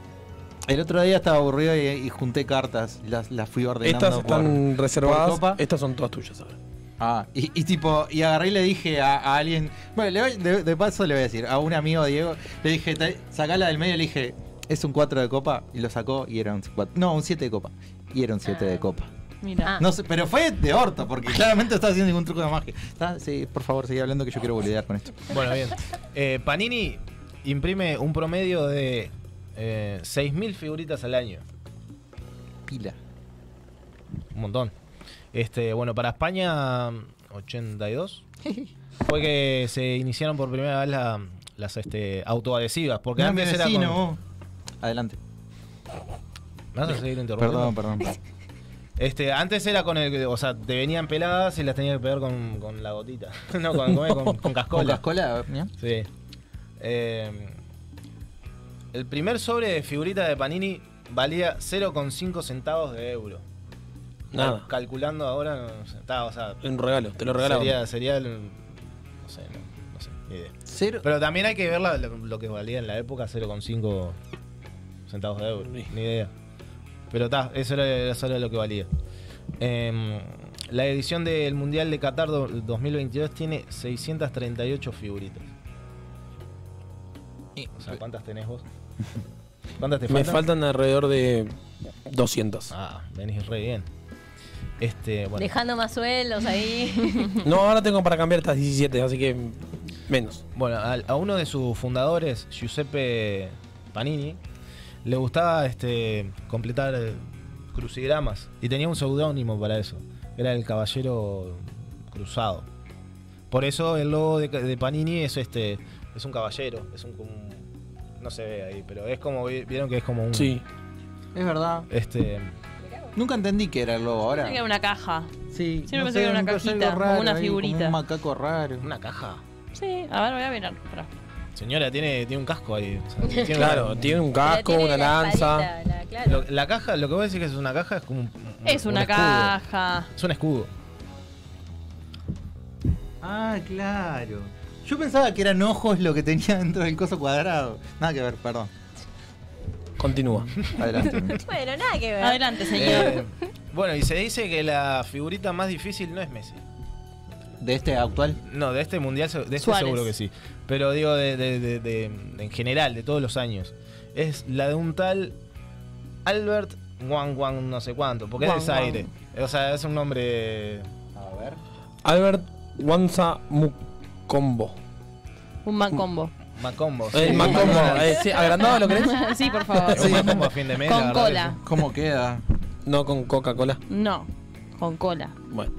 Speaker 2: El otro día estaba aburrido y, y junté cartas. Las, las fui ordenando.
Speaker 5: Estas
Speaker 2: por-
Speaker 5: están reservadas.
Speaker 2: por copa.
Speaker 5: Estas son todas tuyas ahora.
Speaker 2: Ah, y, y tipo, y agarré y le dije a, a alguien. Bueno, le voy- de, de paso le voy a decir, a un amigo Diego, le dije, "Te- sacala del medio, le dije, es un 4 de copa. Y lo sacó y era un 4. No, un 7 de copa. Y era un 7
Speaker 7: Ah.
Speaker 2: de copa.
Speaker 3: Ah,
Speaker 7: Mira.
Speaker 2: No sé, pero fue de orto, porque claramente está haciendo ningún truco de magia. Está- Sí, por favor, sigue hablando que yo quiero boludear con esto.
Speaker 6: Bueno, bien. Eh, Panini imprime un promedio de eh, 6.000 figuritas al año.
Speaker 2: Pila.
Speaker 6: Un montón. Este, bueno, para España, 82. Fue que se iniciaron por primera vez la- las este, autoadhesivas. Porque
Speaker 2: No, mi
Speaker 6: antes era con-
Speaker 2: vecino, vos. Adelante.
Speaker 6: ¿Me vas a seguir
Speaker 2: Perdón,
Speaker 6: interrumpiendo?
Speaker 2: perdón.
Speaker 6: Este, antes era con el. O sea, te venían peladas y las tenías que pegar con, con la gotita. No, con, con, con- con cascola.
Speaker 2: Con cascola, ¿ya?
Speaker 6: Sí. Eh, el primer sobre de figurita de Panini valía 0,5 centavos de euro.
Speaker 5: Nada.
Speaker 6: Cal- Calculando ahora, no sé, está, o sea,
Speaker 5: Un regalo, te lo regalaron.
Speaker 6: Sería, sería el- no sé, no, no sé, ni idea.
Speaker 2: Cero.
Speaker 6: Pero también hay que ver la- lo, lo que valía en la época 0,5 centavos de euro, ni idea. Pero está, eso era, eso era lo que valía. Em, la edición del Mundial de Qatar do- 2022 tiene 638 figuritas. O sea, ¿cuántas tenés vos? ¿Cuántas te
Speaker 5: Me
Speaker 6: faltan?
Speaker 5: faltan alrededor de 200.
Speaker 6: Ah, venís re bien. Este, bueno.
Speaker 3: Dejando más sueldos ahí.
Speaker 5: No, ahora tengo para cambiar estas 17, así que menos.
Speaker 6: Bueno, al- a, uno de sus fundadores, Giuseppe Panini, le gustaba este, completar eh, crucigramas y tenía un seudónimo para eso. Era el Caballero Cruzado. Por eso el logo de, de Panini es este es un caballero, es un, como un- no se ve ahí, pero es como vi- vieron que es como un
Speaker 5: Sí.
Speaker 2: Es verdad.
Speaker 6: este
Speaker 2: Nunca entendí que era el lobo ahora.
Speaker 7: Pensé que era una caja.
Speaker 2: Sí.
Speaker 7: Siempre
Speaker 2: no
Speaker 7: pensé
Speaker 2: sé,
Speaker 7: que era una
Speaker 2: nunca es algo
Speaker 7: cajita, como
Speaker 2: raro
Speaker 7: una
Speaker 2: ahí,
Speaker 7: figurita.
Speaker 2: un macaco raro.
Speaker 6: una caja.
Speaker 7: Sí, a ver, voy a mirar. pará.
Speaker 6: Señora tiene tiene un casco ahí. o sea, tiene
Speaker 5: Claro,
Speaker 6: una-
Speaker 5: tiene un casco, una lanza.
Speaker 3: Parita, la- claro.
Speaker 6: Lo- la caja, lo que voy a decir que es una caja es como un, un-
Speaker 7: Es
Speaker 6: un
Speaker 7: una
Speaker 6: escudo.
Speaker 7: caja.
Speaker 6: Es un escudo.
Speaker 2: Ah, claro. Yo pensaba que eran ojos lo que tenía dentro del coso cuadrado. Nada que ver, perdón.
Speaker 5: Continúa.
Speaker 2: Adelante.
Speaker 3: Bueno, nada que ver.
Speaker 7: Adelante, señor.
Speaker 6: Eh, bueno, y se dice que la figurita más difícil no es Messi.
Speaker 2: ¿De este actual?
Speaker 6: No, de este mundial, se- de este
Speaker 7: Suárez.
Speaker 6: seguro que sí. Pero digo, de, de- de- de- en general, de todos los años. Es la de un tal Albert Juan Juan no sé cuánto, porque
Speaker 7: Juan
Speaker 6: es de aire. O sea, es un nombre...
Speaker 2: A ver.
Speaker 5: Albert Wanza Mucombo.
Speaker 7: Un mancombo.
Speaker 6: Macombo. sí.
Speaker 5: El Macombo. eh, sí, ¿Agrandado lo querés?
Speaker 7: sí, por favor.
Speaker 6: Es un Macombo a fin de mes. la
Speaker 7: Con
Speaker 6: verdad que
Speaker 7: cola.
Speaker 2: ¿Cómo queda?
Speaker 5: No con Coca-Cola.
Speaker 7: No, con cola.
Speaker 5: Bueno.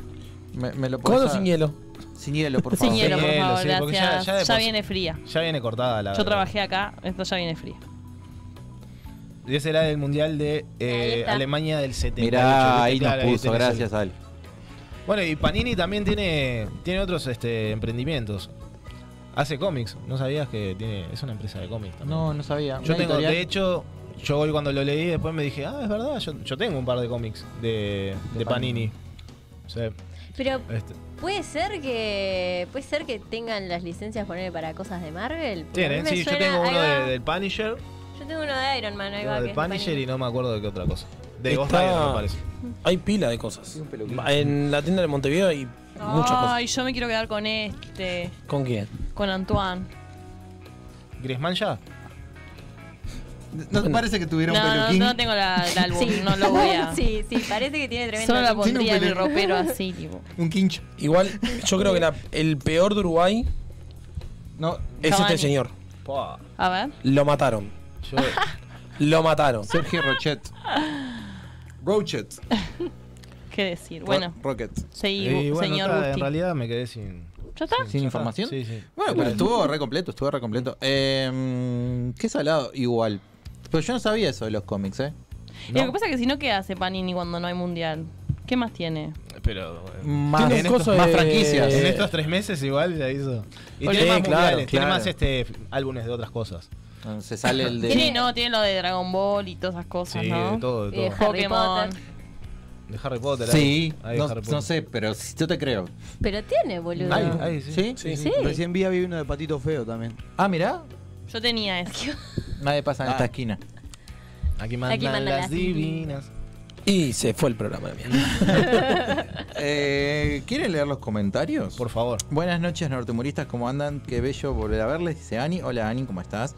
Speaker 2: Me, me lo
Speaker 5: ¿Con
Speaker 2: puedo
Speaker 5: o sin hielo?
Speaker 2: Sin hielo, por favor.
Speaker 7: Sin hielo, por
Speaker 6: Sin hielo,
Speaker 7: favor,
Speaker 6: sí, porque ya-
Speaker 7: gracias.
Speaker 6: ya
Speaker 7: Ya,
Speaker 6: de por sí-
Speaker 7: viene fría.
Speaker 6: sí. Ya viene cortada la
Speaker 7: Yo
Speaker 6: verdad.
Speaker 7: trabajé acá, esto ya viene fría.
Speaker 6: Y ese era el mundial de eh,
Speaker 3: Ahí está.
Speaker 6: Alemania del 78. ¿viste?
Speaker 2: Mirá, ahí nos
Speaker 6: Claro, ahí
Speaker 2: puso.
Speaker 6: tenés el-
Speaker 2: Gracias, Al.
Speaker 6: Bueno, y Panini también tiene, tiene otros este, emprendimientos. Hace cómics, ¿no sabías que tiene, es una empresa de cómics también?
Speaker 2: No, no sabía.
Speaker 6: yo
Speaker 2: Una
Speaker 6: tengo,
Speaker 2: editorial.
Speaker 6: de hecho, yo hoy cuando lo leí después me dije, ah, es verdad, yo, yo tengo un par de cómics de, de,
Speaker 2: De Panini.
Speaker 6: Panini. Sí,
Speaker 3: Pero
Speaker 6: este,
Speaker 3: puede ser que puede ser que tengan las licencias poner para cosas de Marvel. Porque a
Speaker 6: tiene,
Speaker 3: mí me
Speaker 6: sí, yo
Speaker 3: suena-
Speaker 6: tengo
Speaker 3: ahí
Speaker 6: uno
Speaker 3: va.
Speaker 6: de- del Punisher,
Speaker 3: Yo tengo uno de Iron Man, ahí
Speaker 6: tengo
Speaker 3: va. que
Speaker 6: del
Speaker 3: es de
Speaker 6: Punisher y
Speaker 3: Panini.
Speaker 6: no me acuerdo de qué otra cosa. De Ghost
Speaker 5: Está-
Speaker 6: Rider, me parece.
Speaker 5: Hay pila de cosas. En la tienda de Montevideo hay muchas cosas.
Speaker 7: Ay, yo me quiero quedar con este,
Speaker 5: ¿Con quién?
Speaker 7: con Antoine.
Speaker 6: ¿Griezmann ya?
Speaker 2: No parece que tuviera un
Speaker 7: No, no,
Speaker 2: peluquín.
Speaker 7: no tengo la- el álbum,
Speaker 3: Sí.
Speaker 7: no lo voy a.
Speaker 3: Sí, sí, parece que tiene tremendo.
Speaker 7: Solo la
Speaker 3: lindo.
Speaker 7: pondría en mi ropero así, tipo.
Speaker 2: Un quincho.
Speaker 5: Igual, yo creo que la- el peor de Uruguay
Speaker 2: no,
Speaker 5: es
Speaker 7: Cavani.
Speaker 5: este señor.
Speaker 7: A ver.
Speaker 5: Lo mataron. Lo mataron.
Speaker 2: Sergio Rochet. Rochet.
Speaker 7: ¿Qué decir? Bueno,
Speaker 2: Rocket.
Speaker 7: seguí,
Speaker 6: Y
Speaker 7: bu-
Speaker 6: bueno,
Speaker 7: señor
Speaker 6: está, en
Speaker 7: Gusti.
Speaker 6: realidad me quedé sin.
Speaker 7: ¿Ya está?
Speaker 2: ¿Sin información?
Speaker 6: Sí, sí.
Speaker 2: Bueno, pero estuvo re completo, estuvo re completo. Eh, qué salado, igual. Pero yo no sabía eso de los cómics, ¿eh?
Speaker 7: Y lo que pasa es que si no, ¿qué hace Panini cuando no hay mundial? ¿Qué más tiene?
Speaker 6: Pero. eh,
Speaker 2: Más,
Speaker 6: tiene
Speaker 2: en
Speaker 6: estos-
Speaker 2: estos- más franquicias.
Speaker 6: En estos tres meses igual ya hizo. Y
Speaker 5: Oye,
Speaker 6: tiene más
Speaker 5: sí,
Speaker 6: mundiales,
Speaker 5: claro,
Speaker 6: tiene
Speaker 5: claro.
Speaker 6: más este, álbumes de otras cosas.
Speaker 2: Se sale el
Speaker 7: Sí,
Speaker 2: de.
Speaker 7: no, tiene lo de Dragon Ball y todas esas cosas,
Speaker 6: Sí,
Speaker 7: ¿no?
Speaker 6: de todo, de
Speaker 3: Eh,
Speaker 6: todo.
Speaker 3: Harry
Speaker 7: Pokémon.
Speaker 3: Potter.
Speaker 6: De Harry Potter.
Speaker 2: Sí,
Speaker 6: ahí, ahí
Speaker 2: no,
Speaker 6: Harry Potter.
Speaker 2: no sé, pero sí, yo te creo.
Speaker 3: Pero tiene,
Speaker 7: Ah.
Speaker 3: boludo.
Speaker 6: Ahí, ahí, sí.
Speaker 2: ¿Sí?
Speaker 3: Sí.
Speaker 11: Recién vi, había uno de Patito Feo también.
Speaker 2: Ah, mirá,
Speaker 7: Yo tenía eso.
Speaker 2: nadie pasa en
Speaker 11: Ah.
Speaker 2: esta esquina.
Speaker 6: Aquí mandan,
Speaker 3: mandan
Speaker 6: las
Speaker 3: las
Speaker 6: divinas.
Speaker 5: Y se fue el programa de mierda.
Speaker 2: Eh, ¿Quieren leer los comentarios?
Speaker 6: Por favor.
Speaker 2: Buenas noches, nortemuristas, ¿cómo andan? Qué bello volver a verles, dice Ani. Hola Ani, ¿cómo estás?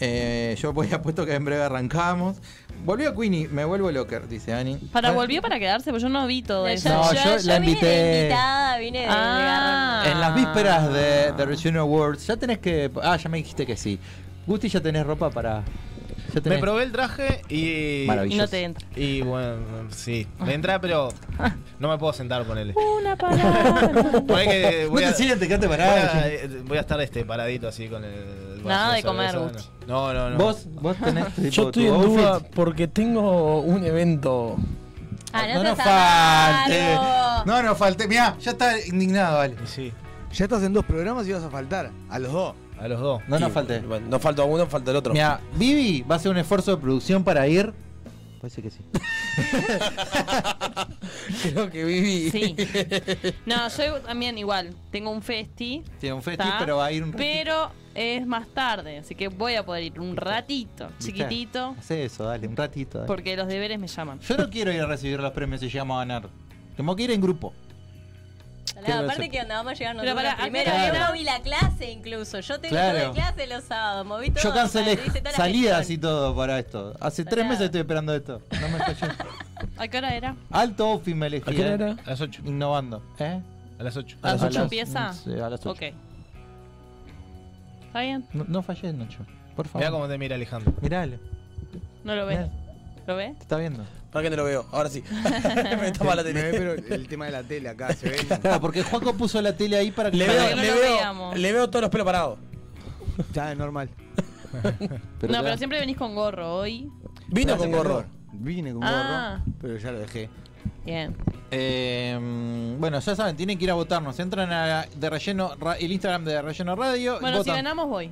Speaker 2: Eh, yo voy apuesto que en breve arrancamos. Volvió Queenie, me vuelvo locker, dice Ani.
Speaker 7: Para
Speaker 2: Ah,
Speaker 7: volvió para quedarse, porque yo no vi todo
Speaker 3: No,
Speaker 7: eso.
Speaker 2: No, yo la
Speaker 3: vine
Speaker 2: invité.
Speaker 3: de invitada, vine de.
Speaker 7: Ah.
Speaker 2: En las vísperas de The Reunion Awards, ya tenés que. Ah, ya me dijiste que sí. Gusti, ya tenés ropa para. Ya
Speaker 6: Me
Speaker 2: tenés.
Speaker 6: probé el traje y.
Speaker 2: Maravilloso.
Speaker 7: Y no te entra.
Speaker 6: Y bueno, sí. Me entra, pero no me puedo sentar con él.
Speaker 7: Una palabra.
Speaker 6: Por ahí que
Speaker 2: No
Speaker 6: voy a-
Speaker 2: te sigas, te quedaste
Speaker 6: voy
Speaker 2: parado.
Speaker 6: a- eh, Voy a estar este paradito así con el.
Speaker 7: Nada de
Speaker 6: vaso
Speaker 7: comer,
Speaker 6: cerveza,
Speaker 7: Gusti.
Speaker 6: No, no, no.
Speaker 2: Vos, vos tenés. tipo,
Speaker 5: Yo estoy
Speaker 2: tu
Speaker 5: en
Speaker 2: outfit.
Speaker 5: duda porque tengo un evento.
Speaker 3: Ah, no,
Speaker 2: No
Speaker 3: seas
Speaker 2: nos falte.
Speaker 3: avaro.
Speaker 2: No nos falte. Mirá, ya está indignado, vale.
Speaker 6: Y Sí,
Speaker 11: Ya estás en dos programas y vas a faltar. A los dos.
Speaker 6: a los dos.
Speaker 2: No nos
Speaker 5: Y,
Speaker 2: falte.
Speaker 5: bueno, no falta uno, falta el otro.
Speaker 2: Mira, Vivi va a hacer un esfuerzo de producción para ir. Parece que sí.
Speaker 5: Creo que viví.
Speaker 7: Sí. No, yo también igual. Tengo un festi.
Speaker 2: Tiene un festival,
Speaker 7: ¿tá?
Speaker 2: pero va a ir un ratito.
Speaker 7: Pero es más tarde, así que voy a poder ir un ratito,
Speaker 2: ¿Viste?
Speaker 7: chiquitito,
Speaker 2: Hace eso, dale, un ratito. dale.
Speaker 7: porque los deberes me llaman.
Speaker 2: Yo no quiero ir a recibir los premios si llegamos a ganar. Tengo que ir en grupo.
Speaker 3: Pará, aparte que onda, vamos a llegar
Speaker 7: Pero
Speaker 3: nosotros
Speaker 7: pará,
Speaker 3: primero.
Speaker 2: acá-
Speaker 3: Yo moví la clase incluso. Yo tengo
Speaker 2: Claro.
Speaker 3: toda clase los sábados. Moví todo.
Speaker 2: Yo cancelé
Speaker 3: hice toda la
Speaker 2: salidas y
Speaker 3: gestión.
Speaker 2: todo para esto. Hace
Speaker 3: Pará.
Speaker 2: tres meses estoy esperando esto. No me falló.
Speaker 7: ¿A qué hora era?
Speaker 2: Alto Offi me elegí.
Speaker 5: ¿A qué hora
Speaker 2: eh.
Speaker 5: era?
Speaker 6: A las 8.
Speaker 2: Innovando. ¿Eh?
Speaker 6: A las 8.
Speaker 7: ¿A las
Speaker 2: A
Speaker 7: 8
Speaker 2: las-
Speaker 7: empieza?
Speaker 2: sí, a las ocho.
Speaker 7: Ok. ¿Está bien?
Speaker 2: No, no fallé, Nacho. Por
Speaker 6: Mirá
Speaker 2: favor.
Speaker 6: cómo te mira Alejandro.
Speaker 2: Miralo.
Speaker 7: ¿No lo ves?
Speaker 2: Mirá,
Speaker 7: ¿Lo ves?
Speaker 2: te está viendo.
Speaker 5: ¿Para que no lo veo? Ahora sí. Me tapa la
Speaker 11: Me
Speaker 5: tele.
Speaker 11: ve, Eh, pero el tema de la tele acá se ve.
Speaker 2: Claro, porque Juaco puso la tele ahí para que
Speaker 5: Le
Speaker 2: para
Speaker 5: veo,
Speaker 2: que-
Speaker 7: no
Speaker 5: le,
Speaker 7: lo
Speaker 5: veo,
Speaker 7: veamos.
Speaker 5: le veo todos los pelos parados.
Speaker 11: Ya, es normal.
Speaker 2: Pero
Speaker 7: no,
Speaker 2: te-
Speaker 7: pero siempre venís con gorro hoy.
Speaker 5: Vino con gorro.
Speaker 11: Vine con
Speaker 7: Ah.
Speaker 11: gorro, pero ya lo dejé.
Speaker 7: Bien.
Speaker 2: Eh, bueno, ya saben, tienen que ir a votarnos. Entran a de relleno ra- el Instagram de relleno radio.
Speaker 7: Bueno, si
Speaker 2: votan.
Speaker 7: ganamos voy.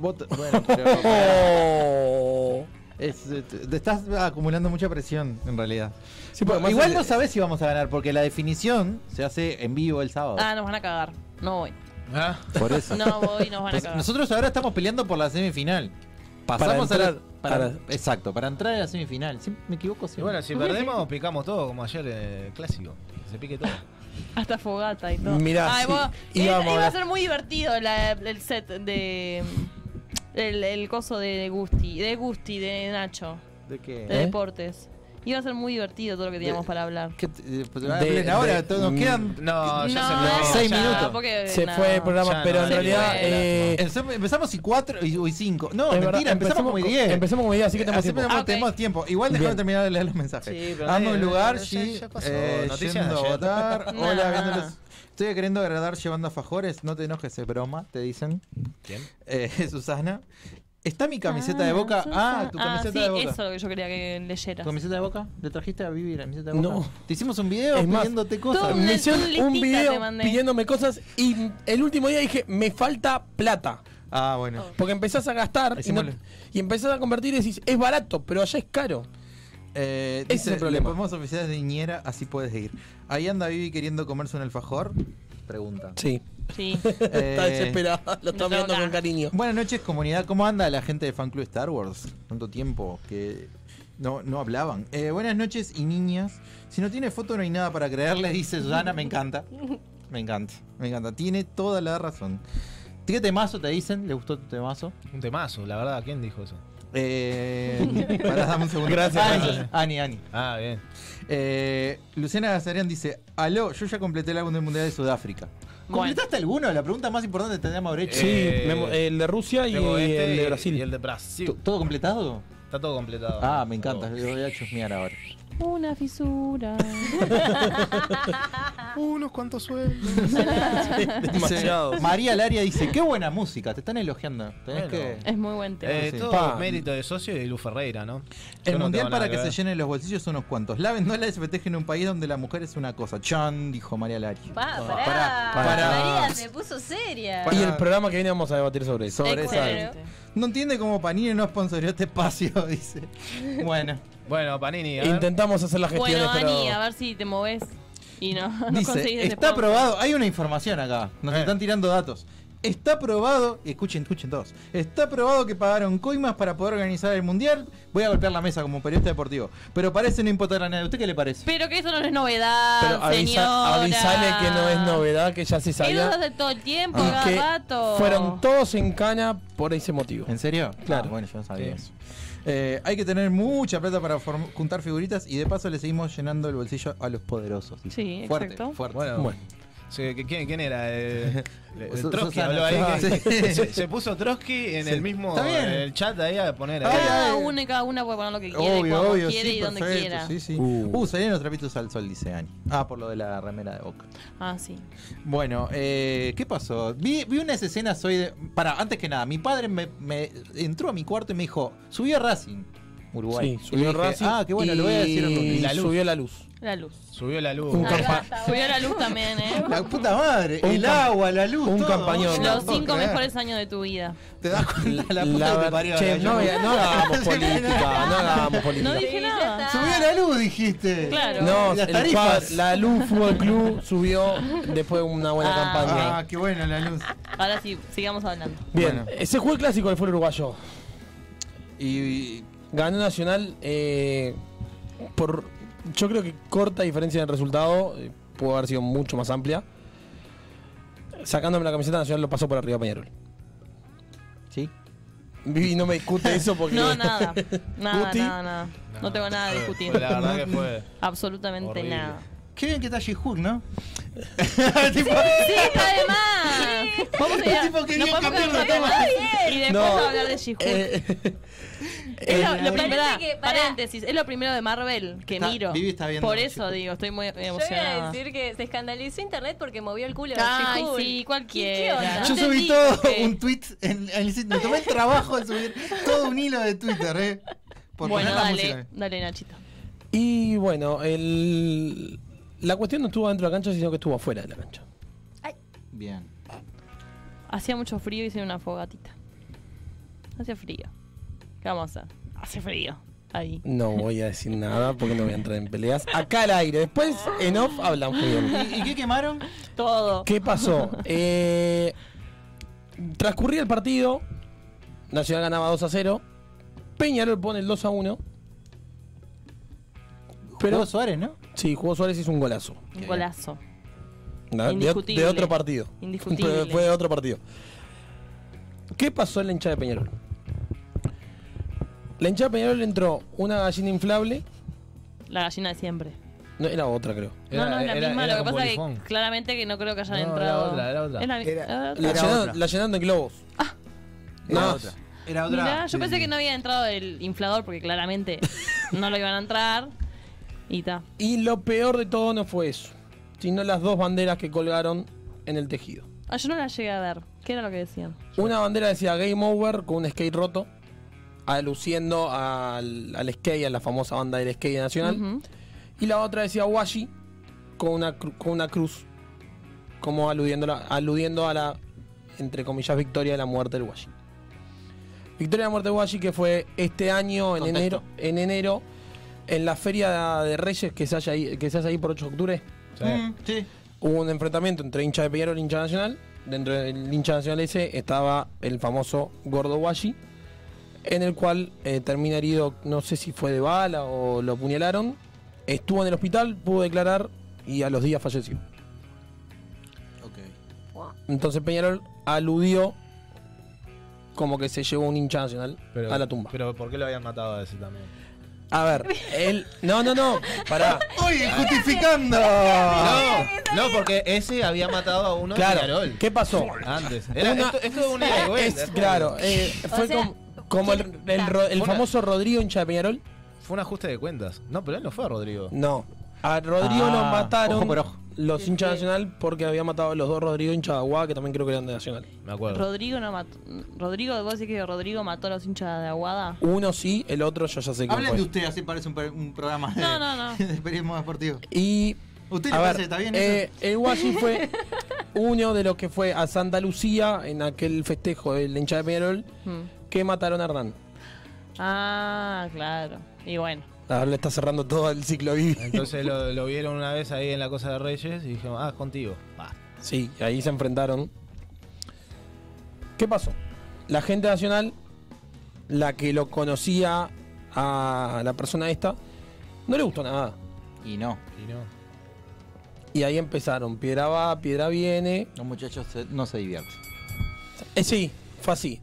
Speaker 2: Vota- bueno, pero-
Speaker 5: Oh.
Speaker 2: es- eh, te te estás acumulando mucha presión en realidad.
Speaker 5: porque además
Speaker 2: Igual
Speaker 5: es-
Speaker 2: no sabes si vamos a ganar porque la definición se hace en vivo el sábado.
Speaker 7: Ah, nos van a cagar. No voy.
Speaker 6: Ah,
Speaker 2: Por eso.
Speaker 7: No voy, nos van a
Speaker 2: Pues
Speaker 7: cagar.
Speaker 2: nosotros ahora estamos peleando por la semifinal. Pasamos a la,
Speaker 5: entrar-
Speaker 2: para-
Speaker 5: para-
Speaker 2: exacto, para entrar a la semifinal. Siempre me equivoco
Speaker 6: Y
Speaker 2: siempre.
Speaker 6: bueno, si perdemos, picamos todo como ayer en el clásico. Que Se pique todo.
Speaker 7: Hasta fogata y todo.
Speaker 5: Mirá,
Speaker 7: Ay,
Speaker 5: sí,
Speaker 7: vos-
Speaker 5: íbamos
Speaker 7: es-
Speaker 5: a
Speaker 7: iba a
Speaker 5: hablar.
Speaker 7: ser muy divertido la- el set de. El, el coso de Gusti, de Gusti, de Nacho,
Speaker 2: ¿De qué?
Speaker 7: de
Speaker 5: ¿Eh?
Speaker 7: deportes. Iba a ser muy divertido todo lo que teníamos para hablar.
Speaker 2: ¿Qué te- eh, pues,
Speaker 5: De-
Speaker 2: hablen ahora,
Speaker 5: de-
Speaker 2: todos nos quedan.
Speaker 6: No, ya
Speaker 7: No,
Speaker 6: se
Speaker 2: fue.
Speaker 6: fue.
Speaker 7: ya,
Speaker 2: Seis minutos.
Speaker 7: porque
Speaker 5: Se
Speaker 7: no.
Speaker 5: fue el programa,
Speaker 6: Ya
Speaker 5: pero
Speaker 6: no,
Speaker 5: en
Speaker 6: se
Speaker 5: realidad.
Speaker 7: fue.
Speaker 5: eh,
Speaker 2: Empezamos- Empezamos y cuatro y, y cinco. No,
Speaker 5: es
Speaker 2: mentira,
Speaker 5: verdad,
Speaker 2: empezamos como
Speaker 5: con-
Speaker 2: diez.
Speaker 5: Empezamos como 10, así que tenemos
Speaker 2: Así
Speaker 5: tiempo.
Speaker 2: tenemos,
Speaker 7: Ah, ok.
Speaker 2: tenemos tiempo. Igual déjame
Speaker 5: Bien.
Speaker 2: terminar de leer los mensajes.
Speaker 6: Sí, pero
Speaker 2: Amo
Speaker 6: dale,
Speaker 2: un
Speaker 6: dale,
Speaker 2: lugar,
Speaker 6: ya-
Speaker 2: sí.
Speaker 6: ya pasó.
Speaker 2: eh,
Speaker 6: Noticias de
Speaker 2: yendo a
Speaker 6: ayer.
Speaker 2: votar.
Speaker 7: Nah.
Speaker 2: Hola, viéndolos. Estoy queriendo agradar llevando alfajores. No te enojes, es broma, te dicen.
Speaker 6: ¿Quién?
Speaker 2: Eh, Susana. ¿Está mi camiseta de boca? Ah, tu camiseta
Speaker 7: sí,
Speaker 2: de boca.
Speaker 7: Eso es lo que yo quería que
Speaker 2: ¿Tu
Speaker 7: leyeras.
Speaker 2: camiseta de boca? ¿Le trajiste a Vivi la camiseta de boca?
Speaker 5: No.
Speaker 2: Te hicimos un video
Speaker 5: Es más,
Speaker 2: pidiéndote
Speaker 7: todo
Speaker 2: cosas.
Speaker 7: un-
Speaker 5: Me hicieron
Speaker 7: una
Speaker 5: un
Speaker 7: listita te
Speaker 5: video
Speaker 7: mandé.
Speaker 5: pidiéndome cosas y el último día dije, me falta plata.
Speaker 2: Ah, bueno.
Speaker 6: Oh.
Speaker 5: Porque empezás a gastar y, no-
Speaker 2: Hicimos-
Speaker 5: y empezás a convertir y decís, es barato, pero allá es caro.
Speaker 2: Eh,
Speaker 5: Ese es el problema.
Speaker 2: Le podemos oficiales de niñera, así puedes ir. Ahí anda Vivi queriendo comerse un alfajor. Pregunta.
Speaker 5: Sí.
Speaker 7: Sí.
Speaker 5: Está
Speaker 2: Eh,
Speaker 5: desesperada, lo está
Speaker 7: no,
Speaker 5: mirando
Speaker 7: nah.
Speaker 5: con cariño.
Speaker 2: Buenas noches, comunidad. ¿Cómo anda la gente de Fan Club Star Wars? Tanto tiempo que no, no hablaban. Eh, buenas noches y niñas. Si no tiene foto, no hay nada para creerle, dice Susana. Me encanta. Me encanta, me encanta. Tiene toda la razón. ¿Qué temazo te dicen? ¿Le gustó tu temazo?
Speaker 6: Un temazo, la verdad. ¿Quién dijo eso?
Speaker 2: Eh, pará, dame un segundo.
Speaker 6: Gracias,
Speaker 2: Ani,
Speaker 6: gracias.
Speaker 2: Ani, Ani. Eh,
Speaker 6: Ah, bien.
Speaker 2: Luciana Gazarian dice: Aló, yo ya completé el álbum del Mundial de Sudáfrica. ¿Completaste alguno? La pregunta más importante tendríamos haber hecho.
Speaker 5: Sí, me- el de Rusia y
Speaker 2: tengo Eh, este
Speaker 5: el
Speaker 2: y-
Speaker 5: de Brasil.
Speaker 2: y
Speaker 6: el de Brasil.
Speaker 2: ¿Todo completado?
Speaker 6: Está todo completado.
Speaker 2: Ah, me encanta. Yo voy a chusmear ahora.
Speaker 7: Una fisura.
Speaker 6: Unos cuantos sueldos.
Speaker 2: Dice, María Laria dice: Qué buena música, te están elogiando. Tenés
Speaker 6: Bueno.
Speaker 2: que.
Speaker 7: Es muy buen tema.
Speaker 6: Eh,
Speaker 2: Sí.
Speaker 6: todo
Speaker 2: Pa.
Speaker 6: mérito de socio y de Lu Ferreira, ¿no? Yo
Speaker 2: El
Speaker 6: no
Speaker 2: mundial
Speaker 6: tengo
Speaker 2: para
Speaker 6: nada
Speaker 2: que, se
Speaker 6: ver.
Speaker 2: llenen los bolsillos son unos cuantos. La dólares se festeja en un país donde la mujer es una cosa. Chan, dijo María Laria.
Speaker 3: Pa,
Speaker 2: No,
Speaker 3: pará,
Speaker 2: pará,
Speaker 5: pará.
Speaker 3: María se puso seria.
Speaker 5: Y el programa que viene vamos a debatir sobre eso.
Speaker 2: Sobre esa. No entiende cómo Panini no sponsoreó este espacio, dice. Bueno.
Speaker 6: Bueno, Panini.
Speaker 5: Intentamos hacer las gestiones,
Speaker 7: Bueno,
Speaker 5: pero.
Speaker 7: Ani, a ver si te moves y no, no conseguís
Speaker 2: Dice,
Speaker 7: ese
Speaker 2: está
Speaker 7: sponsor.
Speaker 2: aprobado. Hay una información acá. Nos están tirando datos. Está aprobado, escuchen, escuchen todos. Está aprobado que pagaron coimas para poder organizar el mundial. Voy a golpear la mesa como periodista deportivo. Pero parece no importar a nadie. ¿Usted qué le parece?
Speaker 7: Pero que eso no es novedad,
Speaker 5: Pero avisa,
Speaker 7: señora.
Speaker 5: avisale que no es novedad, que ya se
Speaker 7: Eso se
Speaker 5: sabía.
Speaker 7: hace todo el tiempo,
Speaker 5: Y
Speaker 7: cada
Speaker 5: que
Speaker 7: rato.
Speaker 5: fueron todos en cana por ese motivo.
Speaker 2: ¿En serio?
Speaker 5: Claro.
Speaker 2: Ah, bueno, yo no sabía eso. Eh, hay que tener mucha plata para form- juntar figuritas y de paso le seguimos llenando el bolsillo a los poderosos. dice.
Speaker 6: Sí,
Speaker 2: fuerte,
Speaker 6: exacto.
Speaker 2: fuerte.
Speaker 6: Bueno.
Speaker 2: Bueno.
Speaker 6: Sí, ¿qui- ¿quién, quién era? Eh, eh,
Speaker 2: Sus-
Speaker 6: Trotsky
Speaker 2: Susana,
Speaker 6: habló ahí.
Speaker 2: Susana.
Speaker 6: que-
Speaker 2: Sí.
Speaker 6: se, se puso Trotsky en
Speaker 2: Sí.
Speaker 6: el mismo
Speaker 2: Está bien.
Speaker 6: en el chat ahí a poner. ahí.
Speaker 7: Cada uno y cada una puede poner lo que quiere, cuando quiere y donde quiera.
Speaker 2: Sí, sí. Uh,
Speaker 7: Uh.
Speaker 2: salieron los trapitos al sol, dice Ani. Ah, por lo de la remera de boca.
Speaker 7: Ah, sí.
Speaker 2: Bueno, eh, ¿qué pasó? Vi, vi unas escenas hoy de. Para, antes que nada, mi padre me, me entró a mi cuarto y me dijo: subió a Racing. Uruguay.
Speaker 5: Sí,
Speaker 2: Y
Speaker 5: subió
Speaker 2: le dije,
Speaker 5: Racing.
Speaker 2: Ah, qué bueno, lo voy a decir en
Speaker 5: y
Speaker 2: Racing".
Speaker 5: la luz. Ah, subió la luz.
Speaker 7: La luz.
Speaker 6: Subió la luz. Ah,
Speaker 5: Un
Speaker 7: Acá
Speaker 5: campa-
Speaker 7: Subió la luz también, ¿eh?
Speaker 2: La puta madre.
Speaker 5: Un
Speaker 2: el
Speaker 5: cam-
Speaker 2: agua, la luz.
Speaker 5: un
Speaker 2: todo.
Speaker 5: campañón.
Speaker 2: No
Speaker 7: Los
Speaker 2: puedo
Speaker 7: cinco
Speaker 2: creer.
Speaker 7: mejores años de tu vida.
Speaker 2: Te das cuenta la puta
Speaker 5: La
Speaker 2: que te
Speaker 5: ver-
Speaker 2: parió.
Speaker 5: che,
Speaker 2: la-
Speaker 5: no,
Speaker 2: yo-
Speaker 5: no hagamos política, no hagamos política.
Speaker 7: No dije nada.
Speaker 2: Subió la luz, dijiste.
Speaker 7: Claro.
Speaker 5: No,
Speaker 2: Las
Speaker 5: el
Speaker 2: tarifas.
Speaker 5: cuadro- la Luz Fútbol Club subió después de una buena
Speaker 7: Ah.
Speaker 5: campaña.
Speaker 2: Ah, qué buena la luz.
Speaker 7: Ahora sí, sigamos hablando.
Speaker 5: Bien, se jugó el clásico del fútbol uruguayo.
Speaker 2: Y
Speaker 5: ganó Nacional eh, por, yo creo que corta diferencia en el resultado, eh, pudo haber sido mucho más amplia. Sacándome la camiseta Nacional lo pasó por arriba a Peñarol.
Speaker 2: Sí.
Speaker 5: Vivi no me discute eso porque
Speaker 7: No, nada. Nada,
Speaker 5: Guti.
Speaker 7: nada, nada. No tengo nada de discutir.
Speaker 6: Fue- la verdad que fue
Speaker 7: Absolutamente
Speaker 6: horrible.
Speaker 7: nada.
Speaker 2: Qué bien que está She-Hulk, ¿no?
Speaker 7: Sí, está de más. Vamos a ir.
Speaker 1: El tipo
Speaker 7: nos
Speaker 1: quería
Speaker 7: podemos
Speaker 1: cambiar de
Speaker 7: quedar
Speaker 1: tema.
Speaker 7: acá Y después
Speaker 5: No.
Speaker 7: vamos a hablar de She-Hulk. es lo, lo primero, paréntesis, es lo primero de Marvel que
Speaker 3: Está-
Speaker 7: miro.
Speaker 3: Vivi está viendo
Speaker 7: Por
Speaker 3: She-Hulk.
Speaker 7: eso digo, estoy muy
Speaker 3: Yo voy a
Speaker 7: emocionada.
Speaker 3: decir que se escandalizó internet porque movió el culo.
Speaker 7: Ay,
Speaker 3: She-Hulk.
Speaker 7: sí, cualquiera.
Speaker 3: ¿Qué onda?
Speaker 2: Yo subí todo un tweet en, en el sitio. Me tomé el trabajo de subir todo un hilo de Twitter, ¿eh? Por
Speaker 7: Bueno,
Speaker 2: poner la
Speaker 7: dale,
Speaker 2: música.
Speaker 7: dale, Nachito.
Speaker 5: Y bueno, el, la cuestión no estuvo dentro de la cancha, sino que estuvo afuera de la cancha.
Speaker 2: Bien.
Speaker 7: Hacía mucho frío y hice una fogatita. Hacía frío. ¿Qué vamos a hacer? Hace frío. Ahí.
Speaker 5: No voy a decir nada porque no voy a entrar en peleas. Acá al aire, después en off hablamos bien.
Speaker 2: ¿Y, y qué quemaron?
Speaker 7: Todo.
Speaker 5: ¿Qué pasó? Eh, transcurría el partido. Nacional ganaba 2 a 0. Peñarol pone el 2 a 1. Pero,
Speaker 2: Jugó Suárez, ¿no?
Speaker 5: Sí, jugó Suárez y hizo un golazo.
Speaker 7: Un golazo.
Speaker 5: Na- de, ot-
Speaker 7: Indiscutible.
Speaker 5: de otro partido.
Speaker 7: Indiscutible.
Speaker 5: Fue- Fue de otro partido. ¿Qué pasó en la hinchada de Peñarol? La hinchada de Peñarol entró una gallina inflable.
Speaker 7: La gallina de siempre.
Speaker 5: No, era otra, creo.
Speaker 7: no, no, es la misma. lo que pasa es que claramente que no creo que hayan
Speaker 5: No,
Speaker 7: entrado.
Speaker 5: era otra, era otra.
Speaker 7: Es la mi- era otra. Ah.
Speaker 5: La, llenaron, la llenaron de globos.
Speaker 2: Era
Speaker 5: No.
Speaker 2: otra. Era otra.
Speaker 7: Mirá, yo pensé que no había entrado el inflador porque claramente no lo iban a entrar. Y ta.
Speaker 5: Y lo peor de todo no fue eso, sino las dos banderas que colgaron en el tejido.
Speaker 7: Ah, yo no la llegué a ver. ¿Qué era lo que decían?
Speaker 5: Una bandera decía Game Over con un skate roto, aluciendo al, al skate, a la famosa banda del skate nacional.
Speaker 7: Ujú.
Speaker 5: Y la otra decía Washi con una, cru- con una cruz, como aludiéndola- aludiendo a la, entre comillas, victoria de la muerte del Washi. Victoria de la muerte del Washi que fue este año, en enero, en enero, en la feria de Reyes que se, haya ahí- que se hace ahí por 8 de octubre.
Speaker 2: Mm, sí.
Speaker 5: Hubo un enfrentamiento entre hincha de Peñarol y hincha nacional. Dentro del hincha nacional ese estaba el famoso Gordo Washi, en el cual eh, termina herido, no sé si fue de bala o lo apuñalaron. Estuvo en el hospital, pudo declarar y a los días falleció. Entonces Peñarol aludió como que se llevó un hincha nacional
Speaker 6: Pero-
Speaker 5: a la tumba.
Speaker 6: Pero ¿por qué lo habían matado a ese también?
Speaker 5: A ver, él. No, no, no, pará.
Speaker 6: ¡Oye, justificando!
Speaker 2: Ah.
Speaker 6: No, no, porque ese había matado a uno de
Speaker 5: Claro,
Speaker 6: Peñarol.
Speaker 5: ¿qué pasó?
Speaker 6: Antes. Era-
Speaker 5: Una-
Speaker 6: esto, esto es un ida y vuelta,
Speaker 5: es-
Speaker 6: esto-
Speaker 5: Claro, eh, fue
Speaker 6: O sea,
Speaker 5: com- como el, el ro- el
Speaker 6: Fue una-
Speaker 5: famoso Rodrigo hincha de Peñarol.
Speaker 6: Fue un ajuste de cuentas. No, pero él no fue a Rodrigo.
Speaker 5: No. A Rodrigo
Speaker 6: Ah,
Speaker 5: lo mataron
Speaker 6: ojo por ojo.
Speaker 5: los hinchas de Nacional porque había matado a los dos Rodrigo hinchas de Aguada, que también creo que eran de Nacional.
Speaker 6: Me acuerdo.
Speaker 7: Rodrigo no mató. Rodrigo, vos decís que Rodrigo mató a los hinchas de Aguada.
Speaker 5: Uno sí, el otro yo ya sé que
Speaker 2: Hablen de usted, así parece un, per- un programa de,
Speaker 7: No, no, no.
Speaker 2: de periodismo deportivo.
Speaker 5: Y.
Speaker 2: ¿Usted
Speaker 5: a
Speaker 2: le
Speaker 5: ver,
Speaker 2: parece que está bien
Speaker 5: eh,
Speaker 2: eso?
Speaker 5: el Guachi fue uno de los que fue a Santa Lucía en aquel festejo del hincha de Peñarol
Speaker 6: Hmm.
Speaker 5: que mataron a Hernán.
Speaker 7: Ah, claro. Y bueno.
Speaker 5: Ahora le está cerrando todo el ciclo vivo.
Speaker 6: Entonces lo, lo vieron una vez ahí en la Cosa de Reyes y dijeron, ah, es contigo. Va.
Speaker 5: Sí, ahí se enfrentaron. ¿Qué pasó? La gente nacional, la que lo conocía a la persona esta, no le gustó nada.
Speaker 2: Y no.
Speaker 6: Y no.
Speaker 5: Y ahí empezaron, piedra va, piedra viene.
Speaker 2: Los muchachos se- no se divierten.
Speaker 5: Eh, sí, fue así.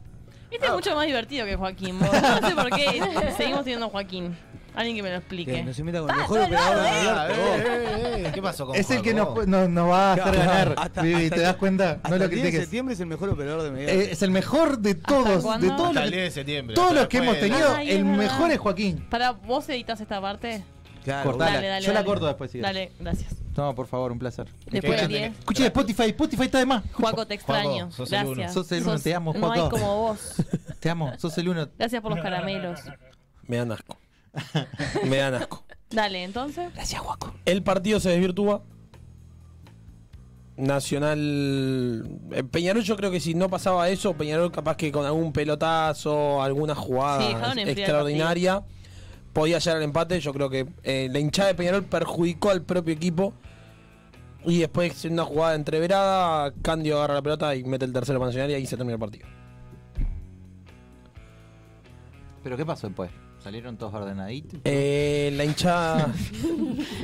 Speaker 7: Este es
Speaker 2: Ah.
Speaker 7: mucho más divertido que Joaquín. vos. No sé por qué seguimos teniendo a Joaquín. Alguien que me lo explique.
Speaker 11: Que nos imita con el mejor operador de
Speaker 6: Ah,
Speaker 11: Alberto, vos.
Speaker 6: eh, eh, eh, ¿Qué pasó con
Speaker 11: Es el que
Speaker 6: Juaco?
Speaker 11: nos, pu- nos- nos va a hacer
Speaker 6: Claro.
Speaker 11: ganar.
Speaker 6: Hasta-
Speaker 11: Vivi,
Speaker 6: hasta
Speaker 11: ¿te das
Speaker 6: que-
Speaker 11: cuenta?
Speaker 6: hasta
Speaker 11: No lo
Speaker 6: el 10 de
Speaker 11: critiques.
Speaker 6: septiembre
Speaker 11: es el mejor operador de Medellín. Eh, es el mejor de todos, de
Speaker 7: cuándo?
Speaker 11: todos los
Speaker 6: Hasta el 10 de
Speaker 11: que,
Speaker 6: septiembre,
Speaker 11: todos los
Speaker 6: hasta
Speaker 11: que hemos
Speaker 6: después.
Speaker 11: tenido,
Speaker 7: Ay, es
Speaker 11: el
Speaker 7: verdad.
Speaker 11: mejor es Joaquín.
Speaker 7: Para, ¿vos editas esta parte?
Speaker 11: Claro,
Speaker 7: Dale, dale,
Speaker 2: Yo la
Speaker 7: dale.
Speaker 2: corto después. Si querés.
Speaker 7: Dale, gracias.
Speaker 2: No, por favor, un placer.
Speaker 7: Después del 10.
Speaker 11: Escuché Spotify, Spotify está de más.
Speaker 7: Juaco, te extraño.
Speaker 2: sos el uno.
Speaker 7: gracias.
Speaker 2: Sos el uno, te amo,
Speaker 7: No hay
Speaker 2: Joaco.
Speaker 7: como vos.
Speaker 2: Te amo, sos el
Speaker 11: Eh,
Speaker 2: uno.
Speaker 7: Gracias por los caramelos.
Speaker 5: Me dan asco. Me dan asco.
Speaker 7: Dale, entonces.
Speaker 5: Gracias, Guaco. El partido se desvirtúa. Nacional. eh, Peñarol, yo creo que si no pasaba eso, Peñarol capaz que con algún pelotazo, alguna
Speaker 7: Sí,
Speaker 5: jugada
Speaker 7: dejaron enfriar el
Speaker 5: extraordinaria, podía llegar al empate. Yo creo que eh, la hinchada de Peñarol perjudicó al propio equipo. Y después, en una jugada entreverada, Candio agarra la pelota y mete el tercero para Nacional y ahí se termina el partido.
Speaker 2: ¿Pero qué pasó después? ¿Salieron todos ordenaditos?
Speaker 5: Eh, la hinchada.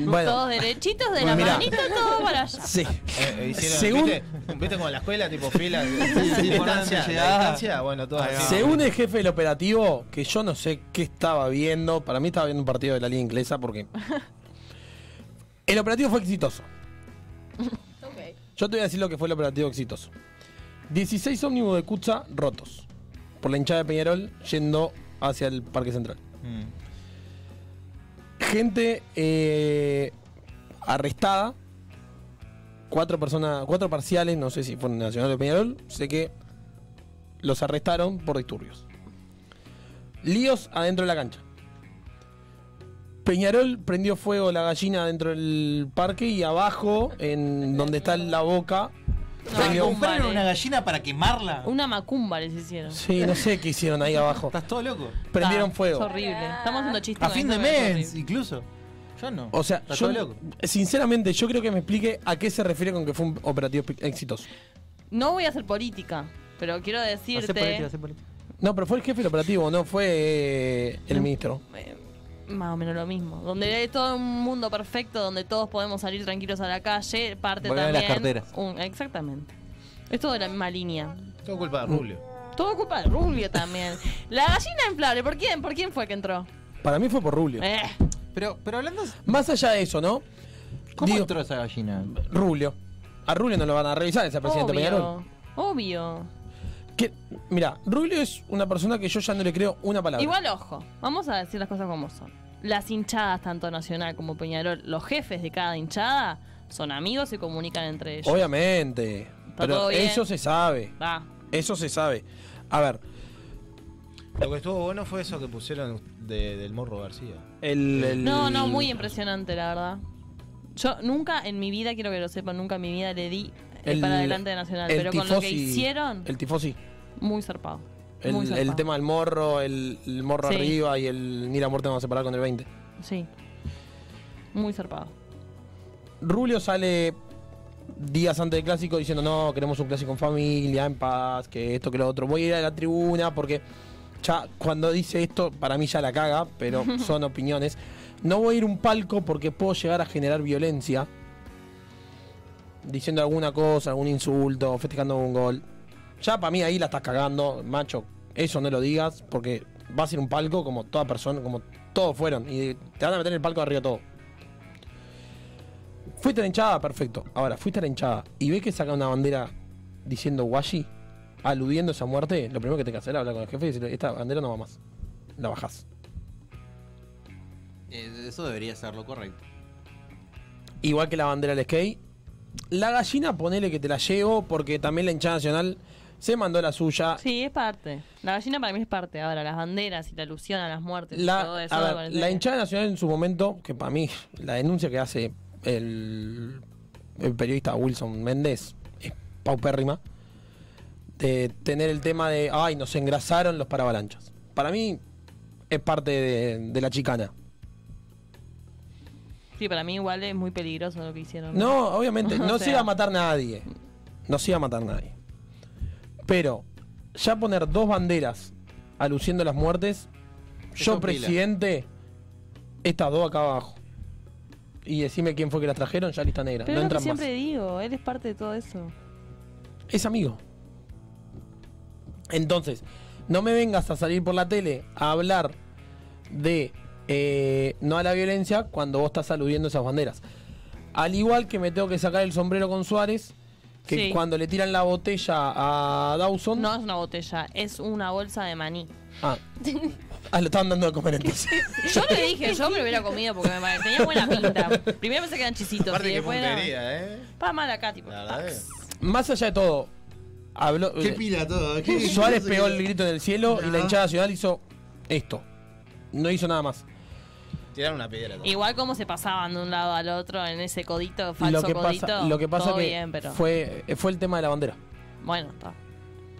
Speaker 5: bueno,
Speaker 7: Todos derechitos de
Speaker 5: Bueno,
Speaker 7: la
Speaker 5: mirá.
Speaker 7: manita, todo para allá.
Speaker 5: sí.
Speaker 6: Eh, hicieron,
Speaker 5: Según-
Speaker 6: ¿viste? ¿Viste como en la escuela, tipo fila?
Speaker 2: sí, por donde
Speaker 6: distancia,
Speaker 2: llegaba.
Speaker 6: la distancia, bueno, todo así.
Speaker 5: Según el jefe del operativo, que yo no sé qué estaba viendo, para mí estaba viendo un partido de la liga inglesa porque... El operativo fue exitoso. Yo te voy a decir lo que fue el operativo exitoso. 16 ómnibus de Cucha rotos por la hinchada de Peñarol yendo hacia el Parque Central. Gente eh, arrestada, cuatro personas, cuatro parciales, no sé si fueron nacionales de Peñarol, sé que los arrestaron por disturbios. Líos adentro de la cancha. Peñarol prendió fuego la gallina dentro del parque y abajo, en donde está la boca, prendió-
Speaker 2: ¿Compraron
Speaker 7: vale.
Speaker 2: una gallina para quemarla?
Speaker 7: Una macumba les hicieron.
Speaker 5: Sí, no sé qué hicieron ahí abajo.
Speaker 2: ¿Estás todo loco?
Speaker 5: Prendieron
Speaker 7: Ah,
Speaker 5: fuego.
Speaker 7: Es horrible. Estamos haciendo chistes.
Speaker 2: A
Speaker 7: con
Speaker 2: fin de
Speaker 7: esto, pero es
Speaker 2: mes,
Speaker 7: horrible.
Speaker 2: incluso. Yo no.
Speaker 5: O sea,
Speaker 2: ¿Estás
Speaker 5: yo,
Speaker 2: todo loco?
Speaker 5: sinceramente, yo creo que me explique a qué se refiere con que fue un operativo pi- exitoso.
Speaker 7: No voy a hacer política, pero quiero
Speaker 2: Hacé política,
Speaker 7: decirte.
Speaker 2: hacé política.
Speaker 5: No, pero fue el jefe del operativo, no fue eh, el ministro.
Speaker 7: eh, Más o menos lo mismo. Donde hay todo un mundo perfecto, donde todos podemos salir tranquilos a la calle, parte
Speaker 2: Volver a las
Speaker 7: también.
Speaker 2: carteras.
Speaker 7: un- exactamente. Es todo de la misma línea.
Speaker 6: Todo culpa de Rubio.
Speaker 7: Todo culpa de Rubio también. La gallina inflable, ¿por quién? ¿Por quién fue que entró?
Speaker 5: Para mí fue por Rubio.
Speaker 7: Eh,
Speaker 2: Pero, pero hablando.
Speaker 5: Más allá de eso, ¿no?
Speaker 2: ¿Cómo
Speaker 5: Digo-
Speaker 2: entró esa gallina?
Speaker 5: Rubio. A Rubio no lo van a revisar, ese presidente Peñarol.
Speaker 7: Eh, obvio. Obvio.
Speaker 5: Que, mira, Rubio es una persona que yo ya no le creo una palabra.
Speaker 7: Igual, ojo, vamos a decir las cosas como son. Las hinchadas, tanto Nacional como Peñarol, los jefes de cada hinchada son amigos y comunican entre ellos.
Speaker 5: Obviamente.
Speaker 7: todo
Speaker 5: Pero
Speaker 7: bien.
Speaker 5: eso se sabe.
Speaker 7: Va.
Speaker 5: Eso se sabe. A ver,
Speaker 6: Lo que estuvo bueno fue eso que pusieron de- del Morro García.
Speaker 5: el. el-
Speaker 7: No, no, muy impresionante, la verdad. Yo nunca en mi vida, quiero que lo sepan, nunca en mi vida le di eh,
Speaker 5: el-
Speaker 7: para adelante de Nacional.
Speaker 5: el
Speaker 7: Pero con lo que
Speaker 5: tifosi-
Speaker 7: hicieron,
Speaker 5: El tifosi.
Speaker 7: muy zarpado. muy
Speaker 5: El, el
Speaker 7: zarpado.
Speaker 5: tema del morro, el, el morro
Speaker 7: Sí.
Speaker 5: arriba y el ni la muerte nos va a separar con el 20.
Speaker 7: Sí. Muy zarpado.
Speaker 5: Rulio sale días antes del clásico diciendo no, queremos un clásico en familia, en paz, que esto, que lo otro. Voy a ir a la tribuna porque ya cuando dice esto, para mí ya la caga, pero son opiniones. No voy a ir a un palco porque puedo llegar a generar violencia. Diciendo alguna cosa, algún insulto, festejando un gol. Ya para mí ahí la estás cagando, macho. eso no lo digas, porque va a ser un palco como toda persona, como todos fueron, y te van a meter en el palco arriba todo. Fuiste a la hinchada, perfecto. Ahora, fuiste a la hinchada y ves que saca una bandera diciendo Washi, aludiendo a esa muerte, lo primero que te que hacer es hablar con el jefe y decirle, esta bandera no va más. La bajás.
Speaker 12: Eh, Eso debería ser lo correcto.
Speaker 5: Igual que la bandera del skate. La gallina, ponele que te la llevo, porque también la hinchada nacional se mandó la suya.
Speaker 7: Sí, es parte. La gallina para mí es parte. Ahora, las banderas y la alusión a las muertes y todo
Speaker 5: La,
Speaker 7: eso.
Speaker 5: a
Speaker 7: me
Speaker 5: ver,
Speaker 7: parece-
Speaker 5: la hinchada nacional en su momento, que para mí la denuncia que hace el, el periodista Wilson Méndez es paupérrima, de tener el tema de, ay, nos engrasaron los paravalanchas. Para mí es parte de, de la chicana.
Speaker 7: Sí, para mí igual es muy peligroso lo que hicieron.
Speaker 5: No, obviamente,
Speaker 7: O
Speaker 5: no se
Speaker 7: sea,
Speaker 5: iba a matar nadie. No se iba a matar nadie. Pero ya poner dos banderas aluciendo las muertes, yo
Speaker 12: son pila.
Speaker 5: presidente, estas dos acá abajo. Y decime quién fue que las trajeron, ya lista negra. no
Speaker 7: Pero es lo que
Speaker 5: entran
Speaker 7: siempre digo, él es parte de todo eso.
Speaker 5: más. Es amigo. Entonces, no me vengas a salir por la tele a hablar de eh, no a la violencia cuando vos estás aludiendo esas banderas. Al igual que me tengo que sacar el sombrero con Suárez, que
Speaker 7: Sí.
Speaker 5: cuando le tiran la botella a Dawson.
Speaker 7: No es una botella, es una bolsa de maní.
Speaker 5: Ah, ah, lo estaban dando de comer entonces.
Speaker 7: Yo le dije, yo me lo hubiera comido porque me pare- tenía buena pinta. Primero pensé que eran chisitos. y después era-
Speaker 6: ¿eh?
Speaker 7: Pa, mal acá, tipo. tax.
Speaker 5: Más allá de todo, habló. eh,
Speaker 12: Qué pila todo, qué-
Speaker 5: Suárez
Speaker 12: qué- Ah.
Speaker 5: pegó el grito en el cielo y
Speaker 12: No.
Speaker 5: la hinchada nacional hizo esto. No hizo nada más.
Speaker 6: Tiraron una piedra.
Speaker 7: Igual como se pasaban de un lado al otro en ese codito, falso
Speaker 5: lo que
Speaker 7: codito.
Speaker 5: pasa, lo que pasa
Speaker 7: todo
Speaker 5: que
Speaker 7: bien, pero...
Speaker 5: fue, fue el tema de la bandera.
Speaker 7: Bueno, está.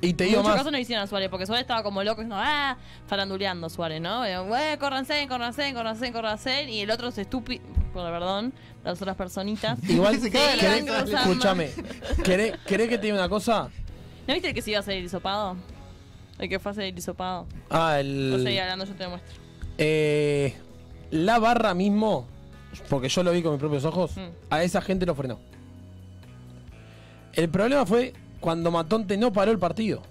Speaker 5: Y te
Speaker 7: En
Speaker 5: digo
Speaker 7: muchos
Speaker 5: más.
Speaker 7: casos no hicieron a Suárez, porque Suárez estaba como loco, diciendo, ah, faranduleando Suárez, ¿no? Eh, corranse, corranse, corranse, corranse. Y el otro se estúpido, perdón, las otras personitas.
Speaker 5: Igual,
Speaker 7: se
Speaker 5: ¿querés-
Speaker 7: iban
Speaker 5: querés-
Speaker 7: cruzando.
Speaker 5: escúchame, ¿querés, querés que te diga una cosa?
Speaker 7: ¿No viste el que se iba a hacer el hisopado? El que fue a hacer el hisopado.
Speaker 5: Ah,
Speaker 7: No seguí
Speaker 5: el,
Speaker 7: hablando, yo te muestro.
Speaker 5: eh, la barra mismo, porque yo lo vi con mis propios ojos,
Speaker 7: Mm.
Speaker 5: a esa gente lo frenó. El problema fue cuando Matonte no paró el partido.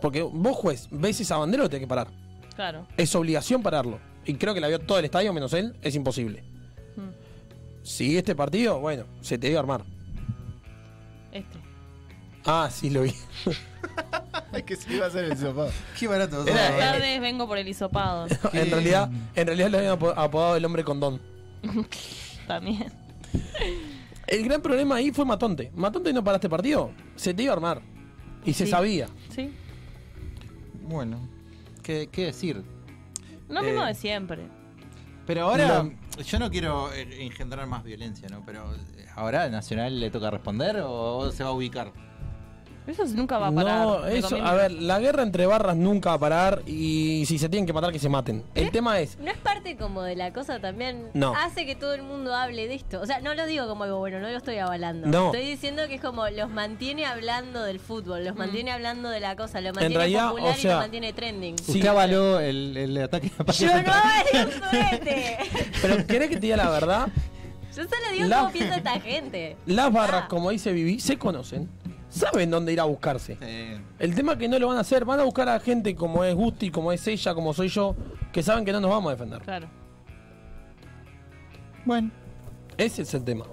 Speaker 5: Porque vos, juez, ves esa bandera o tenés que parar.
Speaker 7: Claro.
Speaker 5: Es obligación pararlo. Y creo que la vio todo el estadio, menos él, es imposible.
Speaker 7: Mm.
Speaker 5: Si este partido, bueno, se te iba a armar.
Speaker 7: Este.
Speaker 5: Ah, sí, lo vi.
Speaker 6: Es que se iba a hacer el sofá.
Speaker 12: Qué barato.
Speaker 5: eh.
Speaker 7: Buenas tardes, vengo por el hisopado.
Speaker 5: en realidad, en realidad lo habían apo- apodado el hombre condón.
Speaker 7: También.
Speaker 5: El gran problema ahí fue Matonte. Matonte no para este partido. Se te iba a armar. Y se
Speaker 2: Sí.
Speaker 5: sabía.
Speaker 7: Sí.
Speaker 2: Bueno, ¿qué, qué decir?
Speaker 7: Lo
Speaker 12: Eh,
Speaker 7: mismo de siempre.
Speaker 12: Pero ahora, yo no quiero eh, engendrar más violencia, ¿no? Pero eh,
Speaker 2: ¿Ahora Nacional le toca responder o se va a ubicar?
Speaker 7: Eso nunca va a parar.
Speaker 5: No,
Speaker 7: me
Speaker 5: eso,
Speaker 7: conviene.
Speaker 5: a ver, la guerra entre barras nunca va a parar y si se tienen que matar, que se maten. El tema es,
Speaker 3: ¿No es parte como de la cosa también?
Speaker 5: No.
Speaker 3: Hace que todo el mundo hable de esto. O sea, no lo digo como algo bueno, no lo estoy avalando.
Speaker 5: No.
Speaker 3: Estoy diciendo que es como los mantiene hablando del fútbol,
Speaker 7: Mm.
Speaker 3: los mantiene hablando de la cosa, los mantiene
Speaker 2: realidad,
Speaker 3: popular
Speaker 2: o sea,
Speaker 3: y los mantiene trending.
Speaker 2: Usted avaló el, el ataque a Patricia
Speaker 3: Yo no
Speaker 2: Central.
Speaker 3: valía un sorete.
Speaker 5: pero ¿querés que te diga la verdad?
Speaker 3: Yo solo digo
Speaker 5: La-
Speaker 3: cómo piensa esta gente.
Speaker 5: Las barras, como dice Vivi, se conocen. Saben dónde ir a buscarse.
Speaker 2: Eh,
Speaker 5: El tema es que no lo van a hacer. Van a buscar a gente como es Gusti, como es ella, como soy yo, que saben que no nos vamos a defender.
Speaker 7: Claro.
Speaker 2: Bueno.
Speaker 5: Ese es el tema.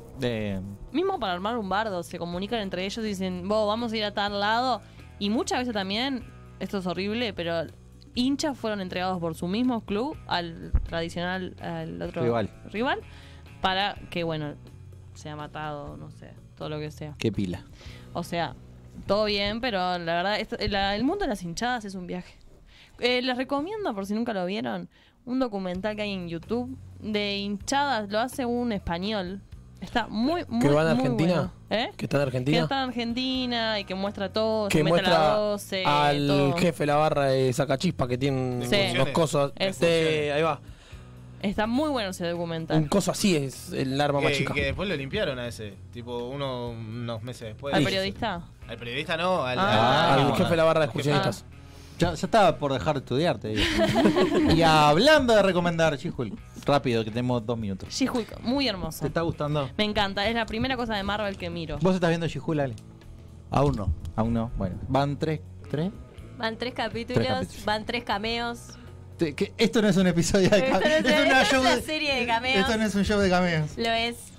Speaker 7: Mismo para armar un bardo, se comunican entre ellos y dicen, vos vamos a ir a tal lado. Y muchas veces también, esto es horrible, pero hinchas fueron entregados por su mismo club al tradicional, al otro
Speaker 2: Rival.
Speaker 7: rival, para que, bueno, sea matado, no sé, todo lo que sea.
Speaker 2: Qué pila.
Speaker 7: O sea, todo bien, pero la verdad, esto- la- el mundo de las hinchadas es un viaje. Eh, les recomiendo, por si nunca lo vieron, un documental que hay en YouTube de hinchadas, lo hace un español. Está muy, muy,
Speaker 5: que van a
Speaker 7: muy
Speaker 5: Argentina.
Speaker 7: bueno. ¿Eh?
Speaker 5: Que están en
Speaker 7: Que
Speaker 5: Argentina.
Speaker 7: está en Argentina y que muestra todo,
Speaker 5: que
Speaker 7: se mete a la
Speaker 5: muestra
Speaker 7: 12,
Speaker 5: al
Speaker 7: todo.
Speaker 5: jefe de la barra de Sacachispa que tiene
Speaker 7: Sí.
Speaker 5: unos cosas. Este, ahí va.
Speaker 7: Está muy bueno ese documental.
Speaker 5: Un coso así es el arma más
Speaker 6: Que,
Speaker 5: chica.
Speaker 6: que después lo limpiaron a ese, tipo uno, unos meses después.
Speaker 7: ¿Al periodista?
Speaker 6: Al periodista no, al,
Speaker 2: Ah, al jefe de la barra de
Speaker 5: Ah.
Speaker 6: excursionistas.
Speaker 2: Ya, ya estaba por dejar de estudiar, te digo. y hablando de recomendar, Chihul. Rápido, que tenemos dos minutos.
Speaker 7: She-Hulk, muy hermoso.
Speaker 2: ¿Te está gustando?
Speaker 7: Me encanta, es la primera cosa de Marvel que miro.
Speaker 2: ¿Vos estás viendo Chihul, Ale? Aún no. Aún no. Bueno, van tres, tres,
Speaker 3: Van tres capítulos,
Speaker 2: Tres capítulos.
Speaker 3: van tres cameos.
Speaker 2: Te- que esto no es un episodio de
Speaker 3: Esto no es-
Speaker 2: cameos. Es una
Speaker 3: esto es
Speaker 2: show
Speaker 3: una
Speaker 2: de-
Speaker 3: serie de cameos.
Speaker 2: Esto no es un show de cameos.
Speaker 3: Lo es.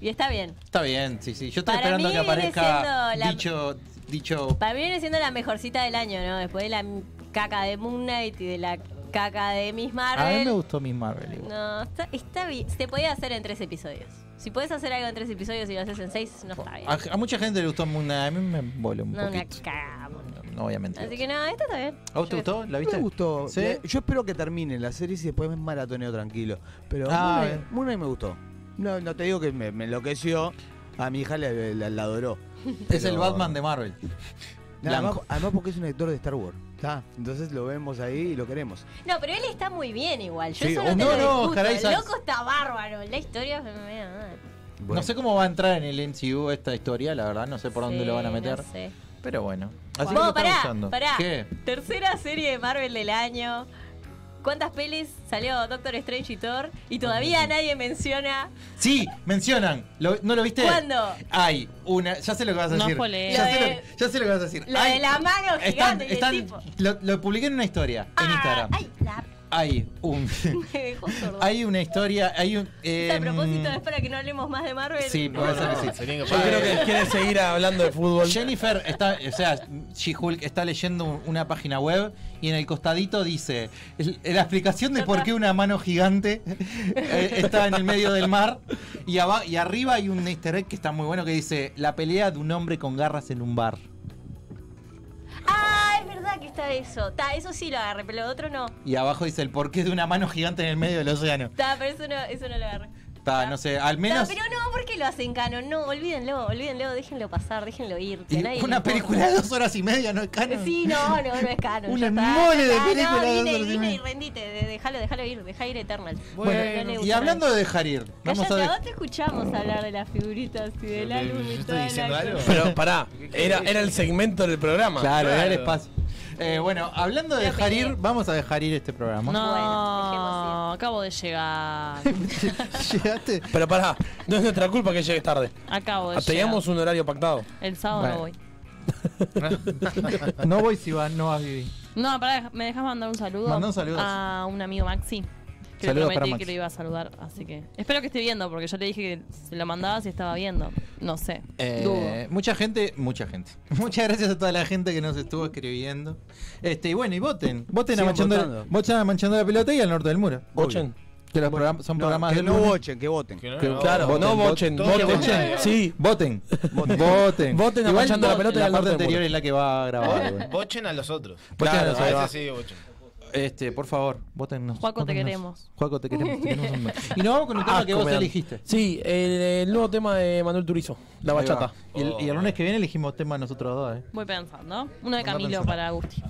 Speaker 3: Y está bien.
Speaker 2: Está bien, sí, sí. Yo estoy
Speaker 3: Para
Speaker 2: esperando
Speaker 3: mí
Speaker 2: que aparezca
Speaker 3: viene siendo la-
Speaker 2: dicho, dicho
Speaker 3: Para mí viene siendo la mejorcita del año, ¿no? Después de la m- caca de Moon Knight y de la caca de Miss
Speaker 2: A mí me
Speaker 3: Marvel.
Speaker 2: gustó Miss Marvel. igual.
Speaker 3: No, está, está bien. Se podía hacer en tres episodios. Si puedes hacer algo en tres episodios y lo haces en seis, no está bien.
Speaker 2: A, a mucha gente le gustó Moon Knight, a mí me voló Ah, un
Speaker 3: No, una
Speaker 2: poquito.
Speaker 3: cagada. Moon Knight.
Speaker 2: No voy a mentir.
Speaker 3: Así que no, esto está bien.
Speaker 2: ¿A vos te gustó? ¿La viste?
Speaker 11: Me gustó.
Speaker 2: ¿Sí?
Speaker 11: Le- Yo espero que termine la serie y después me maratoneo tranquilo. Pero
Speaker 2: Ah,
Speaker 11: Moon Knight-
Speaker 2: bien.
Speaker 11: Moon Knight me gustó. No, no te digo que me, me enloqueció. A mi hija la, la- la adoró.
Speaker 2: Es el Batman de Marvel.
Speaker 11: Nada,
Speaker 2: Blanco.
Speaker 11: además, además porque es un actor de Star Wars. ¿tá? Entonces lo vemos ahí y lo queremos.
Speaker 3: No, pero él está muy bien igual. Yo
Speaker 11: Sí,
Speaker 3: solo
Speaker 11: o-
Speaker 3: te
Speaker 11: no,
Speaker 3: lo
Speaker 11: no,
Speaker 3: discuto.
Speaker 2: Oscar
Speaker 3: El
Speaker 2: Isaac.
Speaker 3: loco está bárbaro. La historia me- me- me-
Speaker 2: No sé cómo va a entrar en el MCU esta historia, la verdad, no sé por dónde
Speaker 3: Sí,
Speaker 2: lo van a meter.
Speaker 3: no sé.
Speaker 2: Pero bueno. Así
Speaker 3: Vos,
Speaker 2: que me está
Speaker 3: pará,
Speaker 2: gustando.
Speaker 3: pará.
Speaker 2: ¿Qué?
Speaker 3: Tercera serie de Marvel del año. ¿Cuántas pelis salió Doctor Strange y Thor? Y todavía nadie menciona
Speaker 2: Sí, mencionan. Lo- ¿No lo viste?
Speaker 3: cuándo.
Speaker 2: Hay una. Ya sé lo que vas a
Speaker 3: No
Speaker 2: decir.
Speaker 3: spoilees.
Speaker 2: ya,
Speaker 3: Lo
Speaker 2: sé
Speaker 3: de-
Speaker 2: lo, ya sé lo que vas a decir.
Speaker 3: Lo
Speaker 2: Hay-
Speaker 3: de la mano
Speaker 2: están-
Speaker 3: gigante y el
Speaker 2: están-
Speaker 3: tipo. Ah,
Speaker 2: lo, lo publiqué en una historia, en Instagram.
Speaker 3: Ay, la
Speaker 2: Hay un.
Speaker 3: me dejó sordo.
Speaker 2: hay una historia. Hay un.
Speaker 3: Es a
Speaker 2: em,
Speaker 3: propósito, es para que no hablemos más de Marvel.
Speaker 2: Sí, puede ser que sí.
Speaker 5: Yo creo que quiere seguir hablando de fútbol.
Speaker 2: Jennifer está, o sea, She-Hulk está leyendo un- una página web y en el costadito dice "El- la explicación de por qué una mano gigante eh, está en el medio del mar y, aba- y arriba hay un easter egg que está muy bueno que dice la pelea de un hombre con garras en un bar.
Speaker 3: Ah, es verdad que está eso. Ta, eso sí lo agarré, pero lo otro no.
Speaker 2: Y abajo dice el porqué de una mano gigante en el medio del océano.
Speaker 3: Ta, pero eso no, eso no lo agarré.
Speaker 2: Está, no sé, al
Speaker 3: No,
Speaker 2: menos
Speaker 3: pero no, ¿por qué lo hacen canon? No, olvídenlo, olvídenlo, déjenlo pasar, déjenlo ir. que a
Speaker 2: y
Speaker 3: nadie le
Speaker 2: una
Speaker 3: importa.
Speaker 2: película de dos horas y media no es canon.
Speaker 3: Eh, Sí, no, no, no es canon.
Speaker 2: Un
Speaker 3: ya está,
Speaker 2: embole
Speaker 3: ya
Speaker 2: de
Speaker 3: está,
Speaker 2: película
Speaker 3: No,
Speaker 2: de
Speaker 3: vine,
Speaker 2: dos horas y
Speaker 3: vine y
Speaker 2: media.
Speaker 3: rendite, de- déjalo, déjalo ir, déjalo ir Eternal.
Speaker 2: Bueno, y hablando de dejar ir, vamos
Speaker 3: Vamos
Speaker 2: a
Speaker 3: te escuchamos hablar de las figuritas y del álbum y toda la cosa.
Speaker 5: Pero pará, era, era el segmento del programa.
Speaker 2: Claro, era el espacio. Eh, bueno, hablando de dejar ir, vamos a dejar ir este programa.
Speaker 7: No, acabo de llegar.
Speaker 2: Llegaste.
Speaker 5: Pero pará, no es nuestra culpa que llegues tarde.
Speaker 7: Acabo de
Speaker 5: Teníamos
Speaker 7: llegar.
Speaker 5: un horario pactado.
Speaker 7: El
Speaker 5: Bueno.
Speaker 7: sábado no voy.
Speaker 2: No voy si vas, no vas Vivi.
Speaker 7: No, pará, me dejas mandar un saludo
Speaker 2: Mandá un saludo.
Speaker 7: a un amigo Maxi. Que
Speaker 2: Saludos para
Speaker 7: le prometí
Speaker 2: Maxi.
Speaker 7: que lo iba a saludar, así que. Espero que esté viendo, porque yo le dije que se lo mandaba si estaba viendo. No sé.
Speaker 2: Eh,
Speaker 7: Dudo.
Speaker 2: mucha gente, mucha gente. Muchas gracias a toda la gente que nos estuvo escribiendo. Este, y bueno, y voten. Voten a
Speaker 11: Sigan
Speaker 2: manchando,
Speaker 11: votando.
Speaker 2: voten a manchando la pelota y al norte del muro.
Speaker 5: Bochen.
Speaker 2: Que los programas- son programas
Speaker 11: que
Speaker 2: del
Speaker 11: no
Speaker 2: lunes.
Speaker 11: bochen, que voten.
Speaker 2: Que-
Speaker 5: claro, no
Speaker 2: vot-
Speaker 5: bochen,
Speaker 2: todos que
Speaker 5: voten.
Speaker 2: voten.
Speaker 5: Sí.
Speaker 2: voten. Voten.
Speaker 5: Voten a
Speaker 2: Igual
Speaker 5: Manchando la
Speaker 2: vo-
Speaker 5: Pelota y
Speaker 2: La
Speaker 5: al Norte
Speaker 2: parte
Speaker 5: del
Speaker 2: anterior
Speaker 5: Muro.
Speaker 2: es la que va a grabar. güey.
Speaker 6: Bochen a los otros.
Speaker 2: Bochen a los
Speaker 6: a
Speaker 2: otros.
Speaker 6: veces sí, bochen.
Speaker 2: Este, por favor, votennos.
Speaker 7: Juaco, te
Speaker 2: votennos.
Speaker 7: queremos.
Speaker 2: Juaco, te queremos. te queremos un montón. Y nos vamos con un tema que vos
Speaker 5: Asco me dan.
Speaker 2: elegiste.
Speaker 5: Sí, el, el nuevo tema de Manuel Turizo, La
Speaker 2: Ahí va. Oh.
Speaker 5: Bachata.
Speaker 2: Y el, y el lunes que viene elegimos tema nosotros dos, ¿eh?
Speaker 7: Voy pensando. Uno de
Speaker 2: Andá
Speaker 7: Camilo
Speaker 2: pensando.
Speaker 7: para Gusti.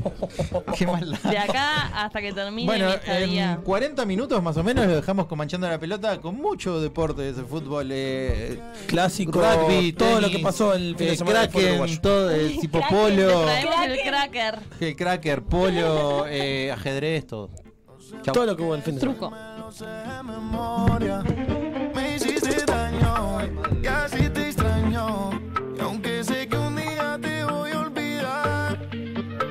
Speaker 2: Qué maldad.
Speaker 7: De acá hasta que termine
Speaker 2: Bueno,
Speaker 7: este mi
Speaker 2: en
Speaker 7: estadía.
Speaker 2: 40 minutos más o menos lo dejamos comanchando la pelota con mucho deporte de ese fútbol. eh,
Speaker 5: Clásico,
Speaker 2: rugby,
Speaker 5: todo
Speaker 2: tenis,
Speaker 5: lo que pasó el fin de
Speaker 2: eh,
Speaker 5: semana del fútbol
Speaker 2: Kraken,
Speaker 5: uruguayo.
Speaker 2: todo, eh, tipo
Speaker 7: Cracker,
Speaker 2: polo,
Speaker 7: te Traemos el cracker.
Speaker 2: el cracker, polo, eh, ajedrez, todo. Chau.
Speaker 5: Todo lo que hubo el fin de semana.
Speaker 7: Truco.
Speaker 13: memoria. Me hiciste daño y así te extraño. Y aunque sé que un día te voy a olvidar,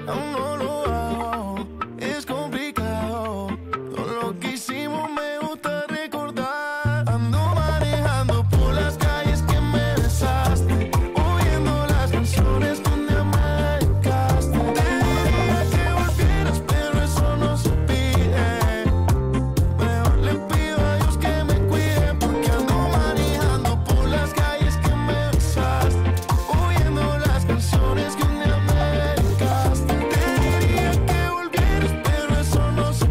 Speaker 13: aún no lo hago. Es complicado. Todo lo que hicimos me gusta recordar. Ando manejando por las calles que me besaste. Oyendo las canciones donde me dedicaste. Te diría que volvieras, pero eso no se pide. Mejor le pido a Dios que me cuide porque ando manejando por las calles que me besaste, oyendo las canciones que un día me dedicaste. Te diría que volvieras, pero eso no se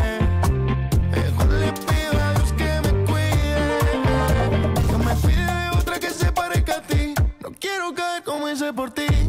Speaker 13: pide. Mejor le pido a Dios que me cuide. No me pide otra que se parezca a ti. No quiero caer como hice por ti.